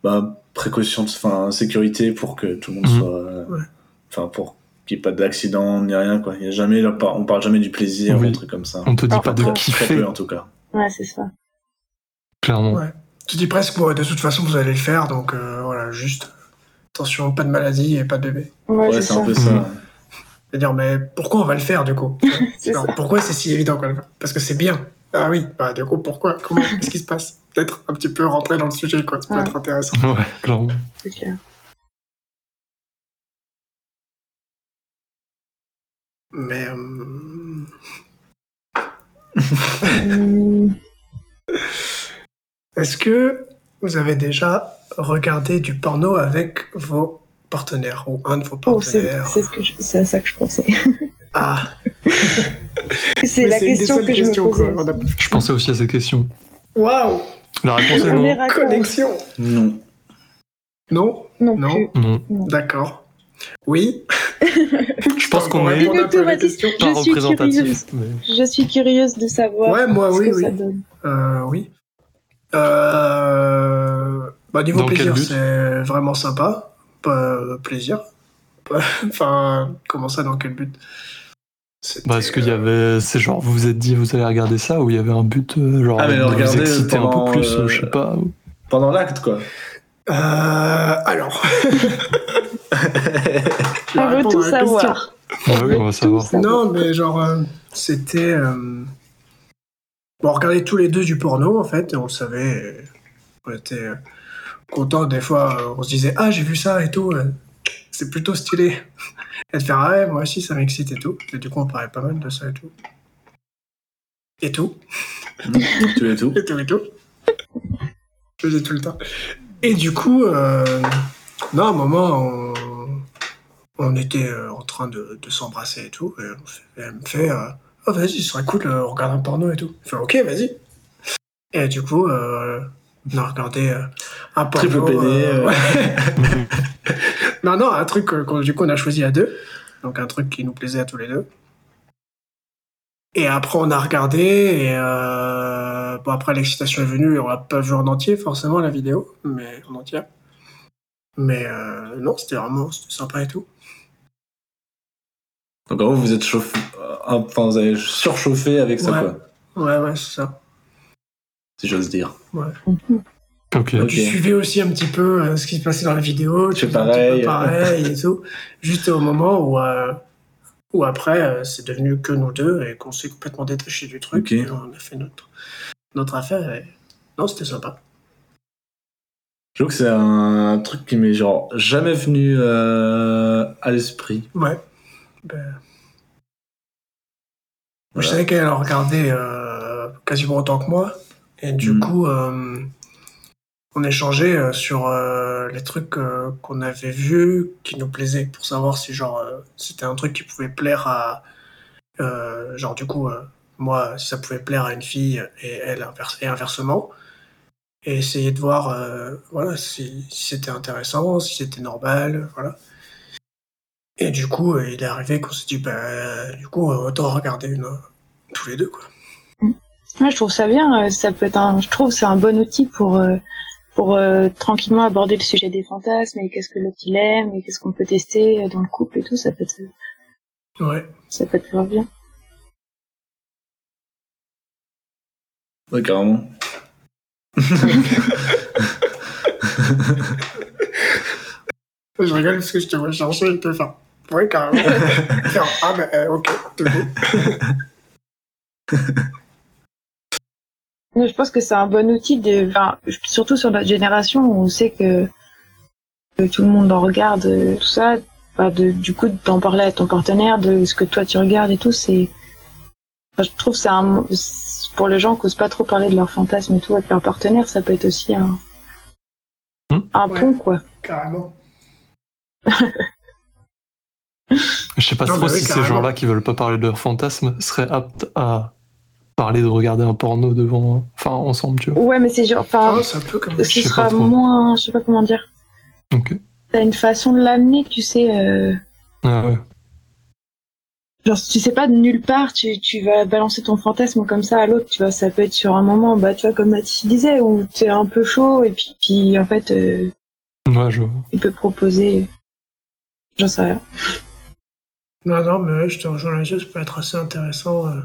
bah, précaution, de- enfin sécurité pour que tout le monde
Mhm.
soit, euh,
Ouais.
enfin pour qu'il n'y ait pas d'accident ni rien quoi. Il y a jamais, là, par- on parle jamais du plaisir
Oui.
ou un truc comme ça.
On te dit
Alors,
pas de
Très- Très
kiffer,
peu en tout cas.
Ouais, c'est ça.
clairement.
Ouais. tu dis presque, ouais, de toute façon, vous allez le faire, donc euh, voilà, juste attention, pas de maladie et pas de bébé.
Ouais,
Ouais,
c'est
c'est
ça.
un peu ça.
Mhm.
C'est-à-dire, mais pourquoi on va le faire du coup
C'est
Alors,
ça.
Pourquoi c'est si évident quand même Parce que c'est bien. Ah oui, bah du coup, pourquoi Comment Qu'est-ce qui se passe Peut-être un petit peu rentrer dans le sujet, quoi. Ça peut
Ouais.
être intéressant.
Ouais, clairement.
C'est clair.
Mais. euh,
Hum,
Est-ce que vous avez déjà regardé du porno avec vos partenaires ou un de vos
oh, c'est
partenaires
c'est ce que je- c'est à ça que je pensais.
Ah,
C'est
mais
la
une des
question
seules
que je me
questions, quoi.
posais.
On a-
Je pensais aussi à ces questions.
Waouh
La réponse est
On les
non.
raconte.
Connexion
Non.
Non
Non.
Non.
plus.
Non.
D'accord. Oui
Je pense qu'on
va
est
répondre un peu à la
Inautomatisme.
question.
Je
pas
suis curieuse.
représentatif. mais-
Je suis curieuse de savoir
Ouais, moi,
ce
oui,
que
oui.
ça donne.
Euh, oui. Euh, bah, niveau
Dans quel
plaisir,
but
c'est vraiment sympa. Pas plaisir. Pas- Enfin, comment ça, dans quel but C'était,
Bah, est-ce qu'il y
euh,
avait. C'est genre, vous vous êtes dit, vous allez regarder ça, ou il y avait un but, euh, genre,
Ah, mais le
de vous
regarder
exciter un
pendant,
peu plus,
euh,
je sais pas. ou-
Pendant l'acte quoi.
euh, alors. Je vais
On veut
répondre
tout
à la question.
savoir.
Ouais, oui, on va savoir.
Tout
hein. Non, mais genre, euh, c'était. euh, Bon, on regardait tous les deux du porno, en fait, et on le savait. et on était euh, contents. Des fois, euh, on se disait Ah, j'ai vu ça et tout. euh, C'est plutôt stylé. Et de faire Ah ouais, moi aussi, ça m'excite et tout. Et du coup, on parlait pas mal de ça et tout. Et tout.
tout et tout.
Et tout et tout. Je le dis tout le temps. Et du coup, euh, non, à un moment, on, on était euh, en train de, de s'embrasser et tout. Et on fait- elle me fait euh, Oh, vas-y, ce serait cool, euh, on regarde un porno et tout. Je fais Ok, vas-y. Et du coup, euh, on a regardé euh, un porno.
Triple PD, euh.
ouais. non, non, un truc euh, qu'on du coup, on a choisi à deux. Donc, un truc qui nous plaisait à tous les deux. Et après, on a regardé, et euh, bon, après, l'excitation est venue, et on l'a pas vu en entier, forcément, la vidéo, mais en entier. Mais euh, non, c'était vraiment c'était sympa et tout.
Donc en gros vous êtes chauffé, euh, enfin vous avez surchauffé avec ça
Ouais.
quoi,
Ouais, ouais, c'est ça.
si j'ose dire.
Mhm.
Ok.
Ok.
Tu suivais aussi un petit peu euh, ce qui se passait dans la vidéo, tu
C'est
faisais un petit
pareil.
peu pareil et tout, juste au moment où, euh, où après, euh, c'est devenu que nous deux, et qu'on s'est complètement détaché du truc,
Ok.
et on a fait notre, notre affaire, et non, c'était sympa.
Je trouve que c'est un truc qui m'est genre jamais venu euh, à l'esprit.
Ouais. Ben, Je
Voilà.
savais qu'elle en regardait euh, quasiment autant que moi. Et du
Mm.
coup, euh, on échangeait euh, sur euh, les trucs euh, qu'on avait vus qui nous plaisaient pour savoir si genre euh, c'était un truc qui pouvait plaire à. euh, genre, du coup, euh, moi, si ça pouvait plaire à une fille et elle inverse- et inversement. Et essayer de voir euh, voilà, si, si c'était intéressant, si c'était normal. Voilà. Et du coup, euh, il est arrivé qu'on s'est dit, bah, du coup, euh, autant regarder une, euh, tous les deux, quoi.
Moi, je trouve ça bien. euh, Ça peut être un, je trouve que c'est un bon outil pour euh, pour euh, tranquillement aborder le sujet des fantasmes et qu'est-ce que l'autre il aime et qu'est-ce qu'on peut tester euh, dans le couple et tout, ça peut être,
Ouais.
ça peut être vraiment bien.
Ouais, carrément.
Je rigole parce que je te vois chercher et te faire. Ouais, carrément. Faire, ah, bah, euh, ok, du coup.
Mais je pense que c'est un bon outil, de, enfin, surtout sur notre génération où on sait que, que tout le monde en regarde, euh, tout ça. Bah, de, du coup, d'en parler à ton partenaire, de ce que toi tu regardes et tout, c'est. enfin, je trouve que c'est un. c'est- Pour les gens qui n'osent pas trop parler de leurs fantasmes et tout avec leur partenaire, ça peut être aussi un.
Hmm.
Un
Ouais.
pont, quoi.
Carrément.
Je sais pas
Non,
trop
mais oui,
si ces
carrément.
gens-là qui veulent pas parler de leurs fantasmes seraient aptes à parler de regarder un porno devant, enfin ensemble, tu vois.
Ouais, mais c'est genre. Enfin,
Ah, ça peut quand même.
ce
je sais
sera
pas trop.
moins. Je sais pas comment dire.
Ok.
T'as une façon de l'amener, tu sais. euh,
Ah ouais.
Genre, tu sais pas de nulle part, tu, tu vas balancer ton fantasme comme ça à l'autre, tu vois. Ça peut être sur un moment, bah, tu vois, comme Mathis disait, où t'es un peu chaud, et puis, puis en fait, euh,
Ouais, je vois.
il peut proposer. J'en sais rien.
Non, non, mais ouais, je te rejoins là-dessus, ça peut être assez intéressant. euh,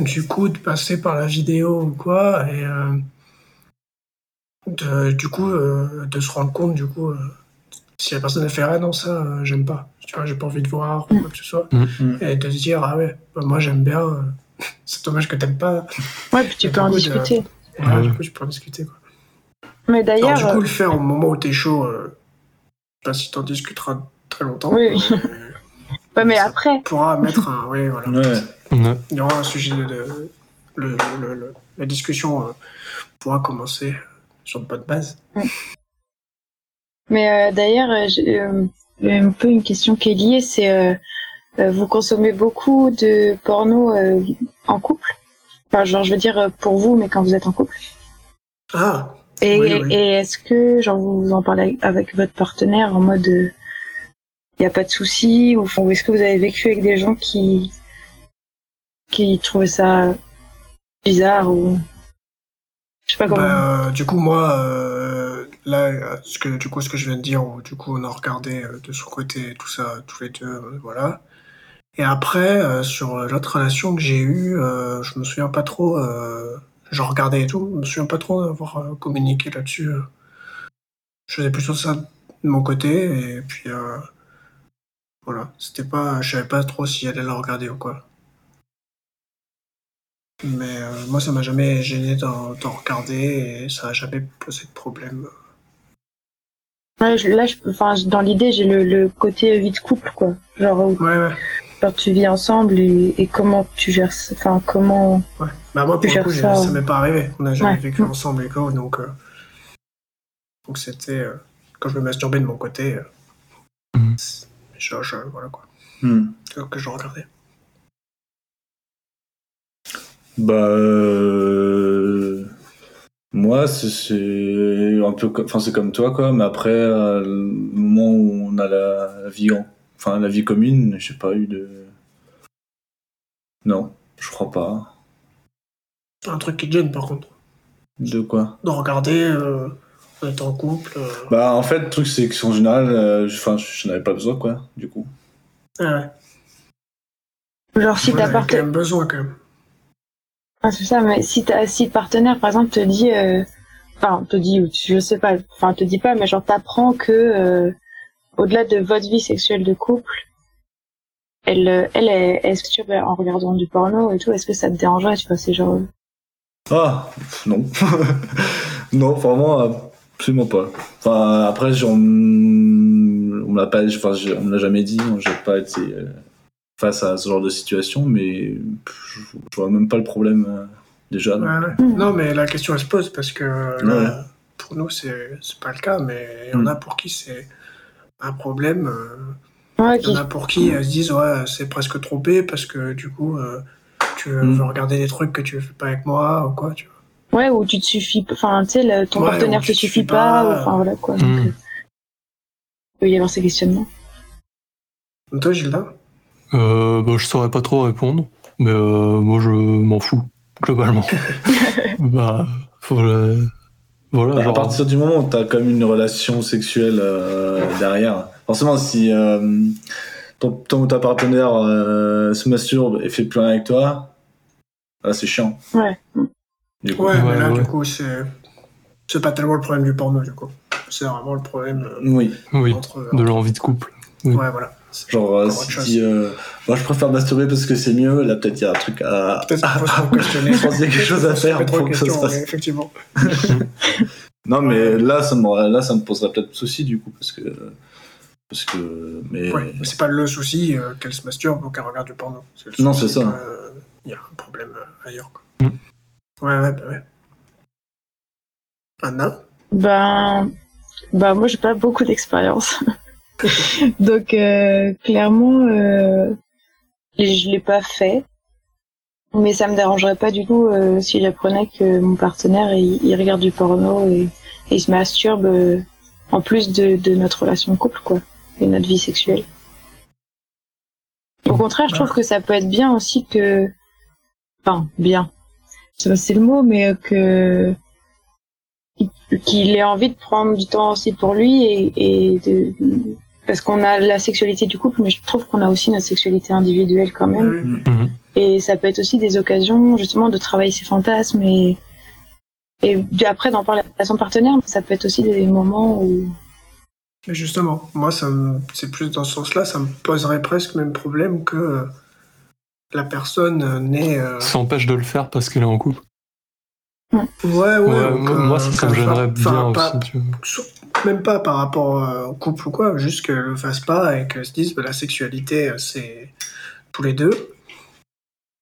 du coup, de passer par la vidéo ou quoi, et euh, de, du coup, euh, de se rendre compte, du coup, euh, si la personne a fait Ah non, ça, euh, j'aime pas, tu vois, j'ai pas envie de voir ou quoi que ce soit,
Mm.
Mm.
et de se dire Ah ouais, bah, moi j'aime bien, euh, c'est dommage que t'aimes pas,
Ouais, puis tu
Mais
peux en
du coup, t'as-
discuter.
Ouais,
Ouais.
du coup, tu peux en discuter. Quoi.
Mais
Alors,
d'ailleurs, euh,
du coup, le faire au moment où t'es chaud, euh, je sais pas si t'en discuteras très longtemps,
Oui.
mais
euh, ouais, mais
ça-
après,
pourra mettre un. Oui, voilà.
Ouais.
Ouais.
Il y aura un sujet de. de- le- le- le- la discussion euh, pourra commencer sur de bonnes bases.
mais euh, d'ailleurs, euh, j'ai, euh, un peu une question qui est liée, c'est euh, euh, vous consommez beaucoup de porno euh, en couple Enfin, genre, je veux dire euh, pour vous, mais quand vous êtes en couple.
Ah
Et,
Oui, oui.
et est-ce que genre vous en parlez avec votre partenaire en mode il n'y a pas de souci ou, ou est-ce que vous avez vécu avec des gens qui qui trouvaient ça bizarre ou je sais pas comment.
bah, euh, Du coup, moi, euh, là, euh, ce que, du coup, ce que je viens de dire, où, du coup, on a regardé euh, de son côté tout ça, tous les deux, euh, voilà. Et après, euh, sur euh, l'autre relation que j'ai eue, euh, je me souviens pas trop, euh, j'en regardais et tout, je me souviens pas trop d'avoir euh, communiqué là-dessus. euh. Je faisais plutôt ça de mon côté, et puis euh, voilà, c'était pas, je savais pas trop si elle allait la regarder ou quoi. Mais euh, moi, ça m'a jamais gêné d'en d'en regarder, et ça a jamais posé de problème.
Ouais, je- là, je, enfin, je- dans l'idée, j'ai le, le côté vie de couple quoi, genre où
Ouais, ouais.
genre, tu vis ensemble et, et comment tu gères, ça- enfin comment.
Ouais. Bah moi pour
Je
le coup, j'ai-
gère ça,
ça
ouais.
m'est pas arrivé. On n'a jamais
Ouais. Mm.
vécu ensemble et quoi, donc euh, donc c'était euh, quand je me masturbais de mon côté, euh,
Mhm.
c'est- je, je- voilà quoi,
Mm.
C'est que je regardais.
Bah. euh, Moi, c'est- c'est un peu. co- Enfin, c'est comme toi, quoi. Mais après, euh, le moment où on a la, la vie en- Enfin, la vie commune, j'ai pas eu de. Non, je crois pas.
Un truc qui te gêne par contre,
De quoi
de regarder, euh, on est en couple. euh,
Bah en fait le truc c'est que en général, euh, je- enfin je n'avais pas besoin quoi du coup.
ah ouais.
Genre si
Moi,
t'as
j'avais
parté-
quand même besoin quand même.
Ah, c'est ça, mais si, t'as- si le partenaire, par exemple, te dit, euh, enfin, te dit, ou tu- je sais pas, enfin, te dit pas, mais genre, t'apprends que, euh, au-delà de votre vie sexuelle de couple, elle, euh, elle est, elle se perturbe en regardant du porno et tout, est-ce que ça te dérangerait, tu vois, c'est genre,
Ah pff, non non vraiment euh, absolument pas. Enfin après j'en on me l'a pas, enfin je- on me l'a jamais dit, j'ai pas été euh, face à ce genre de situation mais pff, je, je vois même pas le problème euh, déjà.
Ouais,
donc.
ouais.
Mhm.
Non mais la question elle se pose parce que euh, là,
Ouais.
pour nous c'est c'est pas le cas, mais il y en a pour qui c'est un problème. euh,
ouais,
Il y
qui-
en a pour qui euh, se disent ouais c'est presque trompé parce que du coup euh, tu veux
Mm.
regarder des trucs que tu fais pas avec moi ou quoi tu vois.
ouais, ou tu te suffis, enfin, tu sais, le- ton
Ouais,
partenaire
ou
te
tu te
suffit
suffis
pas,
pas,
ou- enfin, voilà, quoi. Donc,
Hmm.
euh, il peut y avoir ces questionnements.
Donc, toi Gilda
Euh, bah, je saurais pas trop répondre, mais euh, moi je m'en fous globalement. bah, faut le- Voilà,
Bah, à
genre,
partir du moment où t'as comme une relation sexuelle euh, derrière, forcément si euh, ton, ton ou ta partenaire euh, se masturbe et fait plein avec toi, ah, c'est chiant.
Ouais.
Du coup.
Ouais, mais
Ouais,
là,
ouais.
du coup, c'est. C'est pas tellement le problème du porno, du coup. C'est vraiment le problème euh,
Oui.
oui,
entre. euh,
de l'envie de couple. oui.
Ouais, voilà.
Genre euh,
Encore
si
autre
tu
chose.
dis, euh, moi je préfère masturber parce que c'est mieux, là peut-être il y a un truc à.
Peut-être Ah, qu'il faut se questionner.
Je pense qu'il y a quelque chose à faire
Peut-être
pour que ça se
question,
passe.
ouais, Effectivement.
Non mais là ça me là ça me poserait peut-être souci du coup parce que parce que mais
Ouais, c'est pas le souci euh, qu'elle se masturbe ou qu'elle regarde du porno. le
Non,
souci
c'est ça.
que, euh, Il y a un problème euh, ailleurs. Quoi.
Mm.
Ouais, ouais, bah ouais. Anna
Ben, ben moi j'ai pas beaucoup d'expérience, donc euh, clairement euh, je l'ai pas fait, mais ça me dérangerait pas du tout euh, si j'apprenais que mon partenaire il, il regarde du porno et, et il se masturbe euh, en plus de, de notre relation de couple quoi et notre vie sexuelle. Au contraire, je trouve que ça peut être bien aussi que, enfin bien, Je sais pas si c'est le mot, mais euh, que qu'il ait envie de prendre du temps aussi pour lui et, et de parce qu'on a la sexualité du couple, mais je trouve qu'on a aussi notre sexualité individuelle quand même.
Oui, oui.
Et ça peut être aussi des occasions justement de travailler ses fantasmes et et puis après d'en parler à son partenaire, ça peut être aussi des moments où
Mais justement, moi, ça me- c'est plus dans ce sens-là, ça me poserait presque le même problème que euh, la personne euh, née. euh,
S'empêche de le faire parce qu'elle est en couple.
Ouais, euh, ouais.
Ouais,
ou
moi,
que-
moi, ça, ça me
que-
gênerait
enfin,
bien
pas-
aussi. tu vois.
sou- même pas par rapport euh, au couple ou quoi, juste qu'elles le fassent pas et qu'elles se disent bah, la sexualité euh, c'est tous les deux.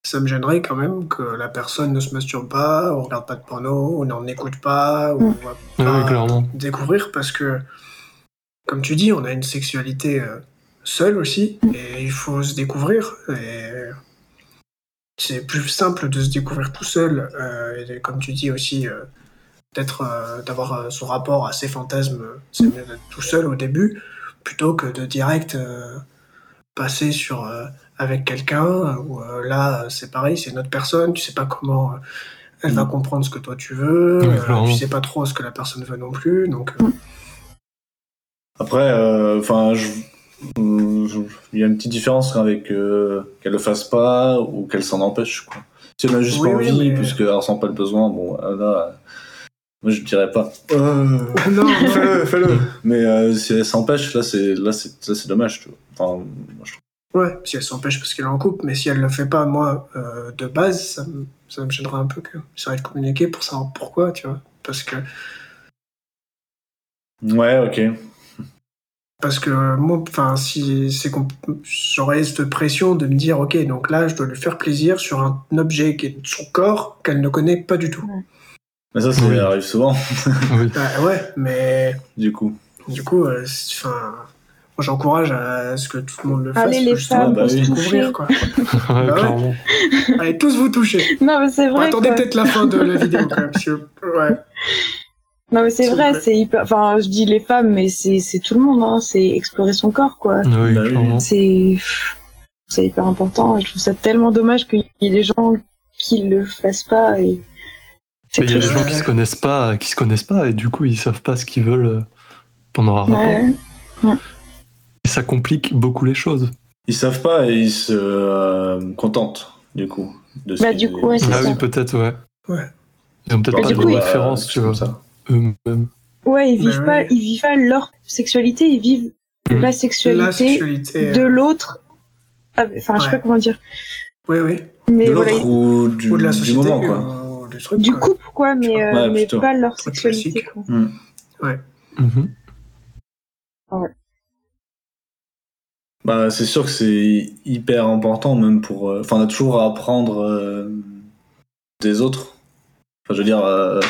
Ça me gênerait quand même que la personne ne se masturbe pas, on regarde pas de porno, on n'en écoute pas, ou on va
Ouais,
pas
ouais, clairement.
découvrir parce que, comme tu dis, on a une sexualité euh, seule aussi et il faut se découvrir. Et c'est plus simple de se découvrir tout seul euh, et de- comme tu dis aussi euh, d'être, euh, d'avoir euh, son rapport à ses fantasmes. C'est mieux d'être tout seul au début plutôt que de direct euh, passer sur euh, avec quelqu'un où euh, là c'est pareil, c'est notre personne, tu sais pas comment. euh, elle va
Mm.
comprendre ce que toi tu veux,
Oui,
euh,
clairement.
tu sais pas trop ce que la personne veut non plus, donc euh,
Après, euh, enfin, il y a une petite différence avec euh, qu'elle le fasse pas ou qu'elle s'en empêche. Quoi. Si elle a juste
Oui,
pas
oui,
envie,
mais-
puisqu'elle ressent pas le besoin, bon, euh, là, euh, moi je dirais pas. Euh,
non, non.
fais-le, fais-le. Mais euh, si elle s'empêche, là c'est là c'est là, c'est dommage. Tu vois. Enfin, moi, je trouve.
ouais, si elle s'empêche parce qu'elle est en couple, mais si elle le fait pas, moi, euh, de base, ça me, ça me gênerait un peu que j'arrive de communiquer pour savoir pourquoi, tu vois, parce que
Ouais, ok.
parce que euh, moi, enfin, si c'est qu'on j'aurais cette pression de me dire, ok, donc là, je dois lui faire plaisir sur un objet qui est son corps qu'elle ne connaît pas du tout.
Mais ça, ça
Oui.
arrive souvent,
Oui.
Bah ouais, mais
du coup.
du coup, euh, c'est- enfin, moi, j'encourage à ce que tout le monde le fasse,
Allez, les
pour justement
femmes,
pour se
on se
découvrir,
toucher.
quoi.
Ouais,
ouais.
clairement.
Allez, tous vous toucher.
non mais c'est
Bon,
vrai
attendez
quoi.
peut-être la fin de la vidéo quand même. parce que- Ouais.
non mais c'est
s'il vous
vrai
plaît.
c'est hyper enfin je dis les femmes mais c'est c'est tout le monde hein c'est explorer son corps quoi
Oui,
Bah oui.
clairement.
c'est pff, c'est hyper important et je trouve ça tellement dommage qu'il y ait des gens qui le fassent pas et c'est
Mais il y a des
triste.
gens qui se connaissent pas, qui se connaissent pas, et du coup ils savent pas ce qu'ils veulent euh, pendant un rapport.
Ouais.
Et ça complique beaucoup les choses.
Ils savent pas et ils se euh, contentent, du coup. De ce
Bah,
qu'ils-
du coup, ouais, c'est
Ah
ça.
oui, peut-être, ouais.
Ouais.
Ils ont peut-être
Mais
pas
du
de
coup, il-
référence, tu vois,
Euh, ça.
eux-mêmes.
ouais, ils vivent
oui.
pas, ils vivent pas leur sexualité, ils vivent
Bah Mhm.
la
La
sexualité
sexualité.
de l'autre. Ah, Enfin, je sais
euh, Ouais.
pas comment dire,
Oui, oui.
mais
De
voilà,
l'autre ou du,
Ou de la
du
société.
moment, quoi.
euh, du truc.
du
quoi.
couple quoi, mais, euh,
Ouais,
mais
plutôt.
pas leur
Truc
sexualité.
classique.
Quoi.
Mhm.
Bah, c'est sûr que c'est hyper important, même pour. euh, Enfin, on a toujours à apprendre euh, des autres. Enfin, je veux dire, euh,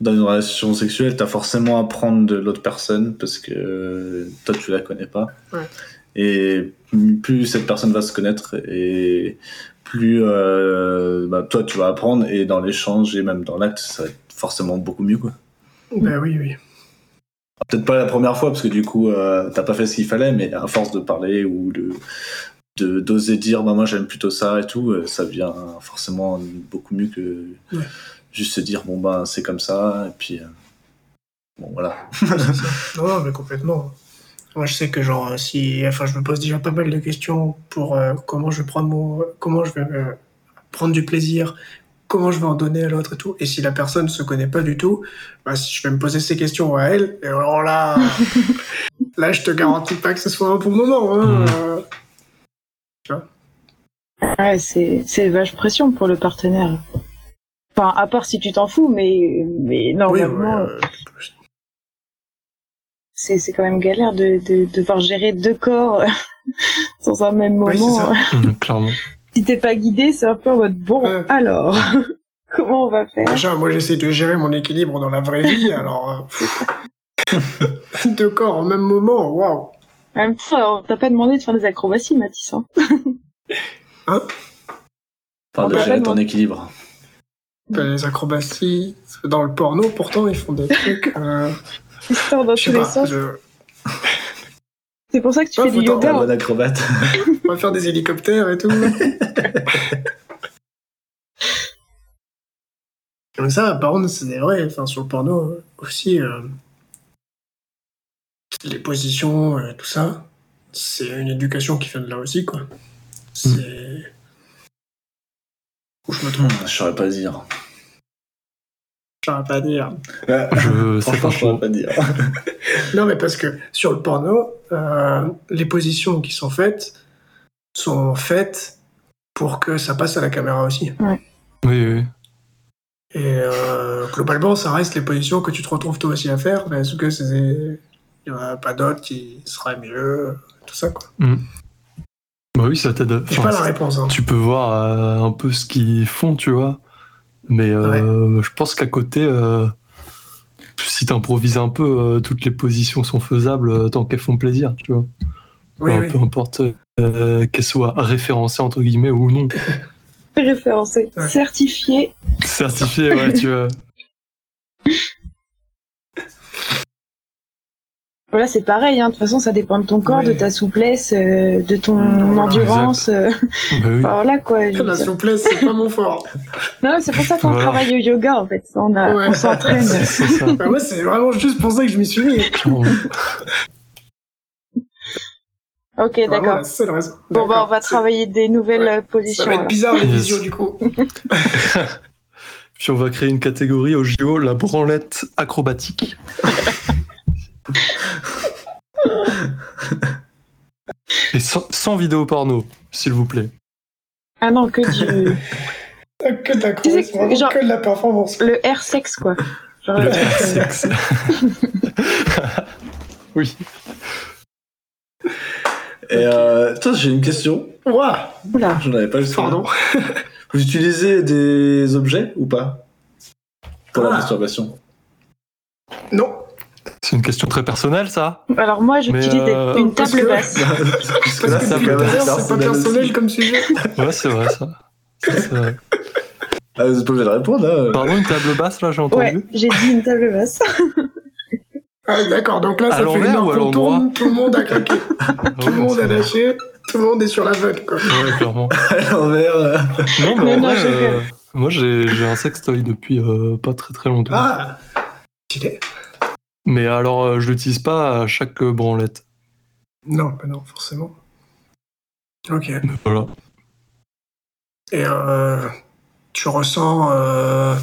dans une relation sexuelle, t'as forcément à apprendre de l'autre personne parce que euh, toi, tu la connais pas.
Ouais.
Et plus cette personne va se connaître et plus euh, bah, toi, tu vas apprendre et dans l'échange et même dans l'acte, ça va être forcément beaucoup mieux, quoi.
Bah oui, oui.
Peut-être pas la première fois, parce que du coup, euh, t'as pas fait ce qu'il fallait, mais à force de parler ou de de- d'oser dire bah moi j'aime plutôt ça et tout euh, ça vient forcément beaucoup mieux que
Ouais.
juste se dire bon bah c'est comme ça et puis euh, Bon, voilà.
Non, non, mais complètement. Moi, je sais que genre, euh, si, enfin, je me pose déjà pas mal de questions pour euh, comment je vais prendre mon, comment je vais euh, prendre du plaisir, comment je vais en donner à l'autre et tout. Et si la personne se connaît pas du tout, bah, si je vais me poser ces questions à elle, et alors là, là, je te garantis pas que ce soit un bon moment. hein.
Hmm.
Mm.
Euh,
Ouais, c'est c'est vache pression pour le partenaire. Enfin, à part si tu t'en fous, mais mais
oui,
normalement,
ouais, euh,
c'est c'est quand même galère de de de devoir gérer deux corps dans un même
Oui, c'est
moment.
ça.
Hum, clairement.
si t'es pas guidé, c'est un peu en mode bon.
Ouais.
Alors, comment on va faire
Déjà, moi, j'essaie de gérer mon équilibre dans la vraie vie, alors. euh, pff. Deux corps en même moment, waouh!
En même temps, on t'a pas demandé de faire des acrobaties, Mathis. hein.
hein,
Parle de
Bah,
gérer ton
vraiment.
équilibre.
Ben, Les acrobaties, dans le porno, pourtant, ils font des trucs. euh,
Histoire dans
je sais
tous les
pas,
sens.
je-
C'est pour ça que tu
Ouais,
fais du
faut
T'es un
yoga. hein,
bon acrobate.
on va faire des hélicoptères et tout. Comme ça, par contre, c'est vrai, enfin, sur le porno euh, aussi, euh, les positions, euh, tout ça, c'est une éducation qui vient de là aussi, quoi. C'est. Ou je me trompe,
Hmm, Je saurais pas dire.
je saurais pas dire.
Ouais,
Je sais
Franchement,
pas
je saurais
trop.
pas dire.
Non, mais parce que sur le porno, euh, les positions qui sont faites sont faites pour que ça passe à la caméra aussi.
Oui, oui.
Et euh, globalement, ça reste les positions que tu te retrouves toi aussi à faire, mais est-ce que c'est. Il n'y en a pas d'autres qui seraient mieux, tout ça quoi.
Bah oui, ça t'aide. à-
J'ai
enfin,
pas la réponse. Hein.
tu peux voir euh, un peu ce qu'ils font, tu vois. Mais euh, je pense qu'à côté, euh, si t'improvises un peu, euh, toutes les positions sont faisables euh, tant qu'elles font plaisir, tu vois.
Oui,
Enfin,
oui.
Peu importe euh, qu'elles soient référencées entre guillemets ou non.
Référencé,
Ouais.
certifié.
Certifié, ouais, tu vois.
Voilà, c'est pareil. hein. De toute façon, ça dépend de ton corps,
Oui.
de ta souplesse, euh, de ton
Mmh,
Voilà.
endurance. euh.
Bah oui.
Enfin, voilà quoi. je veux
La
dire.
souplesse, c'est pas mon fort.
Non, c'est pour ça qu'on
Voilà.
travaille au yoga en fait. On, a,
Ouais.
on s'entraîne.
C'est ça, euh,
Bah, moi, c'est vraiment juste pour ça que je m'y suis mis.
clairement.
Ok,
C'est vraiment
d'accord.
la seule raison.
Bon, bah, on va
D'accord.
travailler des nouvelles
Ouais.
euh,
C'est-
positions.
Ça va être
alors.
bizarre les
Yes.
visions du coup.
Puis on va créer une catégorie au JO, la branlette acrobatique. Et sans, sans vidéo porno, s'il vous plaît.
Ah non, que du.
Que de la
Tu sais
croix,
que-
vraiment
genre-
que de la performance.
le air sexe quoi. Genre,
Le
euh,
air sexe. oui.
Et euh, toi, j'ai une question.
Ouah,
euh, oula.
Je n'avais pas juste.
pardon.
Vous utilisez des objets ou pas Pour la
Ah.
masturbation.
Non,
C'est une question très personnelle, ça
Alors moi,
Mais,
j'utilise des-
euh,
une
parce
table
que-
basse.
Parce
parce
là,
que
ça
depuis
peut
tout à
être
l'heure, c'est pas personnel comme sujet.
Ouais, c'est vrai, ça. Ça, c'est vrai.
Ah, vous êtes pas obligé de répondre. hein.
Pardon, une table basse, là, j'ai
Ouais,
entendu
j'ai dit une table basse.
Ah, D'accord, donc là,
À
ça fait une
l'envers
heure
ou à
qu'on
l'endroit
tourne, tout le monde a craqué, tout le
Ouais,
monde
c'est
a
vrai.
lâché, tout le monde est sur la vote, quoi.
Ouais, clairement.
À l'envers. euh.
Non, mais
Mais
en
non,
vrai,
je rigole.
euh, moi, j'ai j'ai un sextoy depuis euh, pas très très longtemps.
Ah Stylé.
Mais alors, euh, je l'utilise pas à chaque euh, branlette.
Non, bah non, forcément. Ok.
Mais Voilà.
Et euh, tu ressens euh,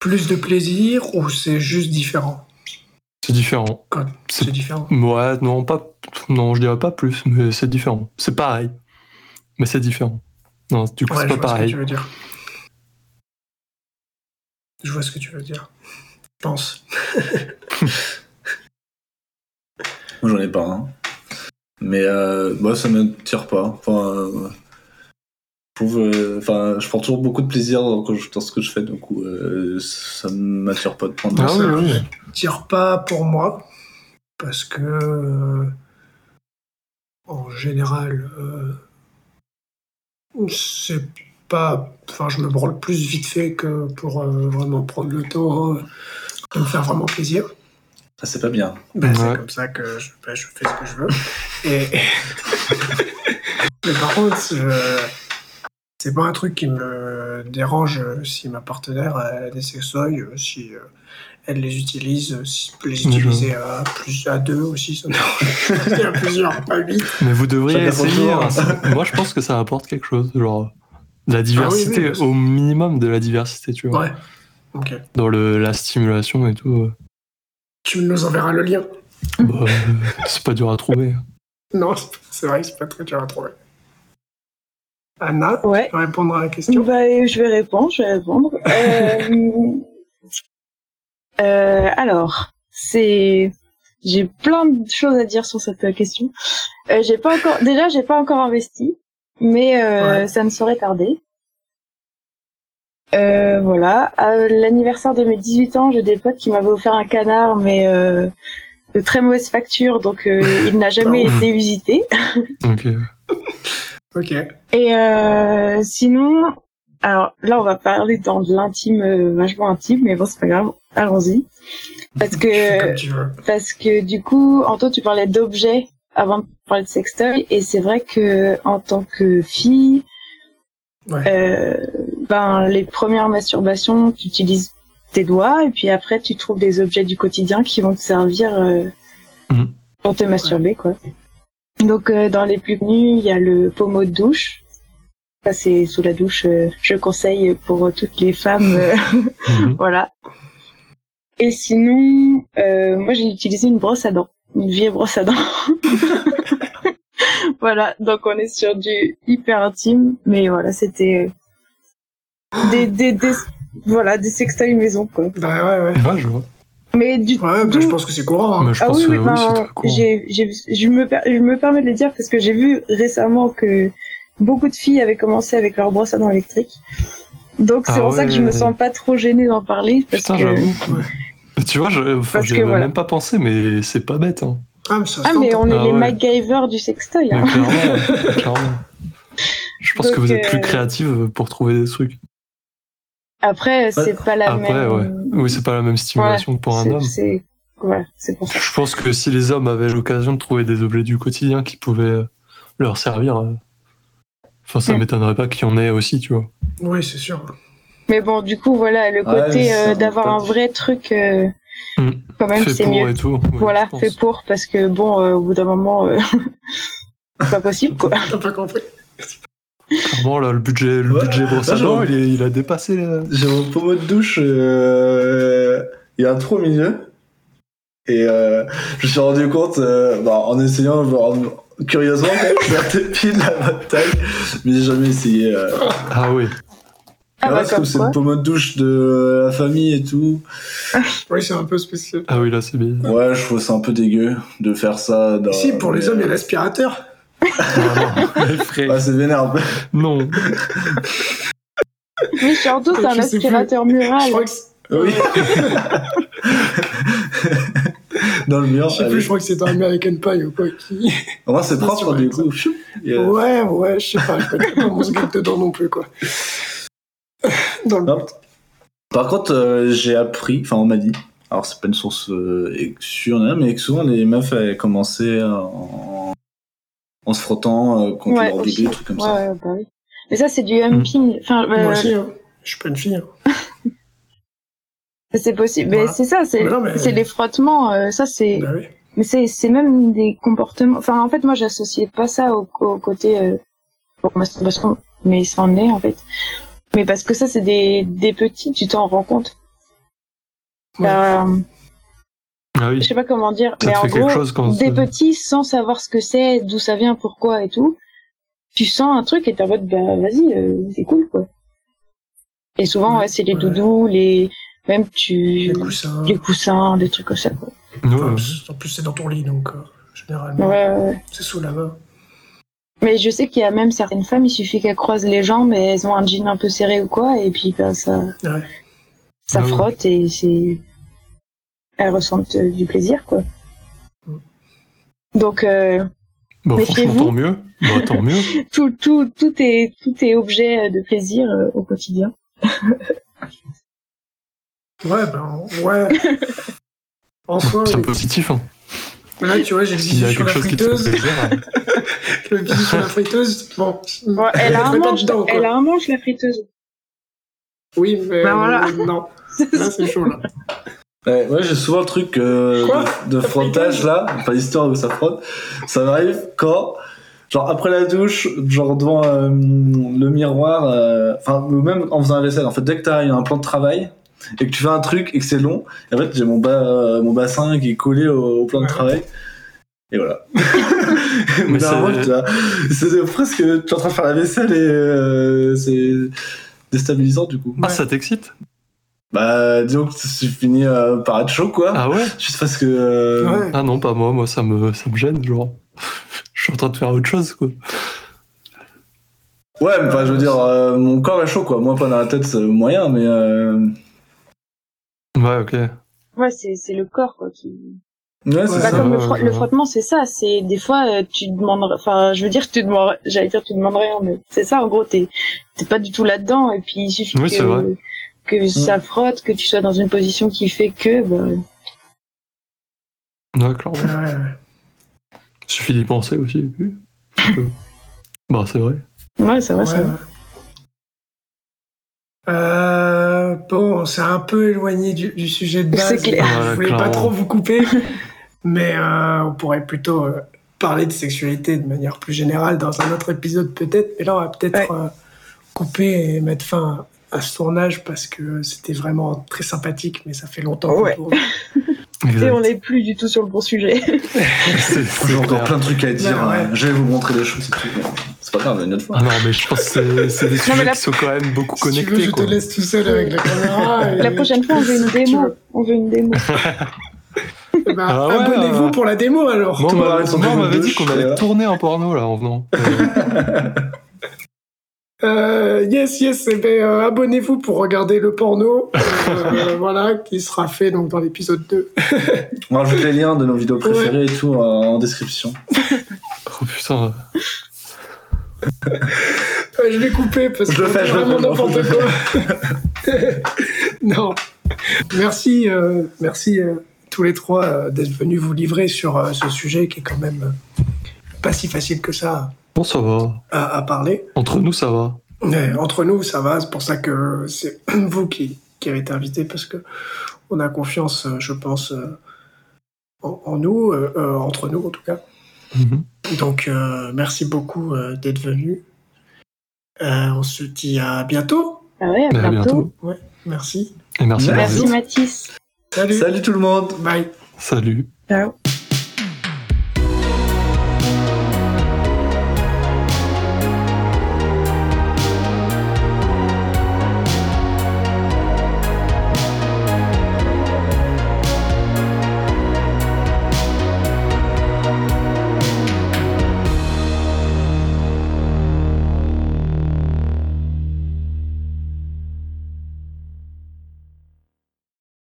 plus de plaisir ou c'est juste différent
C'est différent.
quand
C'est-
c'est différent
Ouais, non, pas, non, je dirais pas plus, mais c'est différent. C'est pareil, mais c'est différent. Non, du coup,
Ouais,
c'est
je vois ce
pas
que
pareil.
tu veux dire. Je vois ce que tu veux dire. Je pense.
Moi, j'en ai pas. Hein. Mais euh, moi, ça me tire pas. Enfin, euh, je trouve, euh, enfin, je prends toujours beaucoup de plaisir dans, quand je- dans ce que je fais. Du coup, euh, ça m'attire pas de prendre.
Ah
ça.
oui, oui.
Tire pas pour moi parce que euh, en général euh, c'est pas. Enfin, je me branle plus vite fait que pour euh, vraiment prendre le temps hein, de me faire vraiment plaisir.
Ah, c'est pas bien.
Ben, C'est
Ouais.
comme ça que je, ben, je fais ce que je veux. Et... Mais par contre, je- c'est pas un truc qui me dérange euh, si ma partenaire elle a des sextoys, euh, si euh, elle les utilise, euh, si peut les utiliser à, plus, à deux aussi, ça dérange. à plusieurs, pas huit.
Mais vous devriez
Chacun son
essayer.
tour.
hein, ça- Moi, je pense que ça apporte quelque chose. Genre, de la diversité,
Ah oui,
au minimum de la diversité, tu vois.
Ouais. Ok.
Dans le, la stimulation et tout. euh,
Tu nous enverras le lien.
bah, euh, c'est pas dur à trouver. hein.
Non, c'est- c'est vrai que c'est pas très dur à trouver. Anna,
Ouais.
tu vas répondre à la question.
Bah, je vais répondre, je vais répondre. Euh, euh, alors, c'est, j'ai plein de choses à dire sur cette euh, question. Euh, j'ai pas encore, déjà, j'ai pas encore investi, mais euh,
Ouais.
ça ne saurait tarder. Euh, voilà. À l'anniversaire de mes 18 ans, j'ai des potes qui m'avaient offert un canard, mais euh, de très mauvaise facture, donc euh, il n'a
Bah,
jamais été usité.
Donc, euh,
Ok.
Et euh, sinon, alors là, on va parler dans de l'intime, euh, vachement intime, mais bon, c'est pas grave, allons-y. Parce
Tu fais comme
que,
tu veux.
parce que du coup, Anto, tu parlais d'objets avant de parler de sextoy, et c'est vrai que en tant que fille,
Ouais.
euh, ben les premières masturbations, tu utilises tes doigts, et puis après, tu trouves des objets du quotidien qui vont te servir euh,
Mhm.
pour te masturber, quoi. Donc, euh, dans les plus connus, il y a le pommeau de douche. Ça, c'est sous la douche, euh, je conseille pour toutes les femmes. euh,
mhm.
voilà. Et sinon, euh, moi, j'ai utilisé une brosse à dents. Une vieille brosse à dents. voilà, donc on est sur du hyper intime. Mais voilà, c'était euh, des, des, des, voilà, des sextoys maison, quoi.
Bah ouais, ouais.
Ouais, je vois.
Mais du
Ouais, bah,
d'où-
je pense que c'est courant. hein.
Mais je
ah
pense
oui,
que
oui,
oui,
ben,
c'est très court.
j'ai, j'ai, je, me, per- je me permets de le dire parce que j'ai vu récemment que beaucoup de filles avaient commencé avec leur brosse à dents électrique. Donc c'est
Ah
pour ça que je me
ouais.
sens pas trop gênée d'en parler parce
Putain,
que
j'avoue. Tu vois, je, enfin,
Parce
j'y
que
avais
voilà.
même pas pensé, mais c'est pas bête. Hein.
Ah, mais ça
ah
se
mais
tente.
on est
Ah
les
ouais.
MacGyver du sextoy. hein.
Mais clairement, clairement. Je pense que
Donc,
vous êtes
euh,
plus créative pour trouver des trucs.
Après c'est pas la
Après,
même.
ouais. Oui, c'est pas la même stimulation que pour un
c'est,
homme.
c'est- voilà, c'est pour ça.
Je pense que si les hommes avaient l'occasion de trouver des objets du quotidien qui pouvaient euh, leur servir, euh, enfin, ça
Mm.
m'étonnerait pas qu'il y en ait aussi, tu vois.
Oui, c'est sûr.
Mais bon du coup voilà le
Ouais,
côté
ça
euh,
va
d'avoir
pas.
un vrai truc euh,
Mm.
quand même
fait
c'est
pour
mieux.
et tout. oui,
voilà
je pense.
fait pour parce que bon euh, au bout d'un moment euh, c'est pas possible quoi.
T'as pas compris.
Clairement, là, le budget, le
Ouais.
budget brosse à
Ah, genre-
dents, il, est- il a dépassé. euh,
J'ai mon pommeau de douche, euh, il y a un trou au milieu. Et euh, je me suis rendu compte, euh, bah, en essayant, genre, curieusement, c'était pile la bonne taille, mais j'ai jamais essayé. euh.
Ah oui.
Ah
Mais
bah,
ouais, c'est
comme
comme c'est
quoi.
le pommeau de douche de la famille et tout.
Oui, c'est un peu spécial.
Ah oui, là, c'est bien.
Ouais, je trouve ça un peu dégueu de faire ça. Dans...
si, pour les hommes, il y a l'aspirateur.
Vraiment. Les frais.
Ouais, Ah, c'est vénère un peu.
Non.
Mais surtout, c'est un
Je sais plus.
aspirateur
Je
hein, mural.
crois que c'est-
Oui. dans le mur.
je
Ah,
sais
allez.
plus, je crois que c'est un American Pie ou quoi. Qui...
Au moins, c'est propre, du coup. Et, euh,
Ouais, ouais, je sais pas. Je connais pas mon script dedans non plus, quoi. Dans le...
Non. Par contre, euh, j'ai appris, enfin on m'a dit, alors c'est pas une source euh, ex- sûre, hein, mais que souvent les meufs avaient commencé en, en se frottant euh, contre
Ouais,
leur
aussi.
bébé, des trucs comme
Ouais,
ça.
ouais, bah oui. Mais ça, c'est du
Hmm.
humping. Enfin, euh,
Moi aussi, hein. je suis pas une fille. hein.
c'est possible.
Voilà.
Mais c'est ça, c'est
Mais non, mais-
c'est les frottements. euh, ça, c'est.
Bah oui.
Mais c'est c'est même des comportements. Enfin, en fait, moi, j'associais pas ça au, au côté. Euh, bon, masturbation, mais ça en est, en fait. Mais parce que ça, c'est des, des petits, tu t'en rends compte.
Ouais.
Euh,
Ah
je
oui.
sais pas comment dire,
Ça
mais
te
en
fait quelque
gros,
chose quand
des
ça-
petits sans savoir ce que c'est, d'où ça vient, pourquoi et tout. Tu sens un truc et t'es en mode, bah vas-y, euh, c'est cool quoi. Et souvent, ouais, c'est les
Ouais.
doudous, les. Même tu.
Du coup, ça.
Les coussins, des trucs comme ça quoi.
Ouais,
Enfin,
ouais.
En plus, c'est dans ton lit, donc euh, généralement,
Ouais, ouais, ouais.
c'est sous la main.
Mais je sais qu'il y a même certaines femmes, il suffit qu'elles croisent les jambes et elles ont un jean un peu serré ou quoi, et puis bah, ça,
Ouais.
ça
Ah ouais.
frotte et c'est. Elles ressentent euh, du plaisir quoi. Donc, euh,
Bah, franchement,
Méfiez-vous.
tant mieux. Bah, tant mieux.
tout, tout, tout est, tout est objet de plaisir euh, au quotidien.
Ouais, ben, ouais. en soi,
C'est
oui.
positif. Hein.
là, tu vois, j'ai le
S'il y a
bisou sur
quelque
la
chose qui te fait
friteuse.
plaisir, hein.
Le bisou sur la friteuse, bon.
elle, a un
Je mets pas
manche,
dedans, quoi.
elle a un manche, la friteuse.
Oui, mais
Ben voilà.
non. Là, c'est chaud, là.
Ouais, ouais, j'ai souvent le truc euh,
Quoi
de, de frottage là, enfin l'histoire où ça frotte. Ça m'arrive quand, genre après la douche, genre devant euh, le miroir, euh, enfin ou même en faisant la vaisselle. En fait, dès que t'as un plan de travail et que tu fais un truc et que c'est long, en fait j'ai mon bas, euh, mon bassin qui est collé au, au plan de
Ouais.
travail. Et voilà.
Mais
Mais c'est
c'est-
c'est presque tu es en train de faire la vaisselle et euh, c'est déstabilisant du coup.
Ah, ça t'excite
Bah disons que tu finis euh, par être chaud quoi.
Ah ouais
Juste parce que. euh,
Ouais.
Ah non, pas moi, moi ça me, ça me gêne, genre. Je suis en train de faire autre chose, quoi.
Ouais, mais enfin, je veux dire, euh, mon corps est chaud, quoi. Moi, pas dans la tête, c'est moyen, mais. euh,
Ouais, ok.
Ouais, c'est c'est le corps quoi qui.
Ouais, c'est
Bah,
ça.
comme le,
ouais,
fro-
ouais.
le frottement, c'est ça. C'est des fois euh, tu demanderais. Enfin, je veux dire, tu demanderais. J'allais dire, tu demandes rien, mais c'est ça. En gros, t'es t'es pas du tout là-dedans. Et puis il suffit
Oui, c'est vrai.
que que
Mm.
ça frotte, que tu sois dans une position qui fait que. Bah,
D'accord.
Ouais, ouais.
Suffit d'y penser aussi. oui. Euh, bah, c'est vrai.
ouais, ça va, ça
Ouais,
va.
ouais. Euh, bon, c'est un peu éloigné du, du sujet de base.
C'est clair.
Ah,
Je voulais pas
clairement.
trop vous couper, mais euh, on pourrait plutôt euh, parler de sexualité de manière plus générale dans un autre épisode peut-être. Mais là, on va peut-être
Ouais.
euh, couper et mettre fin à ce tournage parce que c'était vraiment très sympathique, mais ça fait longtemps. qu'on
Ouais.
tourne.
Et on
Exact.
n'est plus du tout sur le bon sujet.
C'est- c'est
J'ai encore
clair.
plein de trucs à
Ouais,
dire.
ouais.
hein. Je vais vous montrer des choses, c'est tout. C'est pas grave, une autre fois.
Ah non, mais je pense que c'est- c'est des sujets
mais la-
qui sont quand même beaucoup
Si tu veux,
connectés,
je te
quoi.
laisse tout seul avec la caméra. et-
La prochaine fois, on veut une
Ah, Tu
démo.
veux.
On veut une démo.
Eh ben,
Ah ouais,
Abonnez-vous
euh,
pour la démo alors.
Moi, on
Thomas
m'a-
Arnold, son
moi, on
film
m'avait
de
dit qu'on
chien,
allait
là.
tourner en porno, là, en venant. Euh,
Euh, yes, yes, eh ben, euh, abonnez-vous pour regarder le porno, euh, voilà, qui sera fait donc dans l'épisode 2.
On rajoute les liens de nos vidéos préférées et tout euh, en description.
Oh putain.
Euh, je vais couper parce
Je
que
le fais,
c'est
je le
vraiment
fais,
n'importe
je le
quoi. non. Merci, euh, merci euh, tous les trois euh, d'être venus vous livrer sur euh, ce sujet qui est quand même euh, pas si facile que ça
Bon, ça va.
à, à parler.
Entre nous, ça va.
Mais entre nous, ça va, c'est pour ça que c'est vous qui, qui avez été invité parce que on a confiance, euh, je pense, euh, en, en nous, euh, euh, entre nous en tout cas.
Mhm.
Donc, euh, merci beaucoup euh, d'être venu. Euh, on se dit à bientôt.
Ah ouais, à
Mais à
bientôt.
bientôt.
Merci.
Et merci,
Merci.
Merci
Marie.
Mathis.
Salut.
Salut tout le monde!
Bye.
Salut.
Ciao.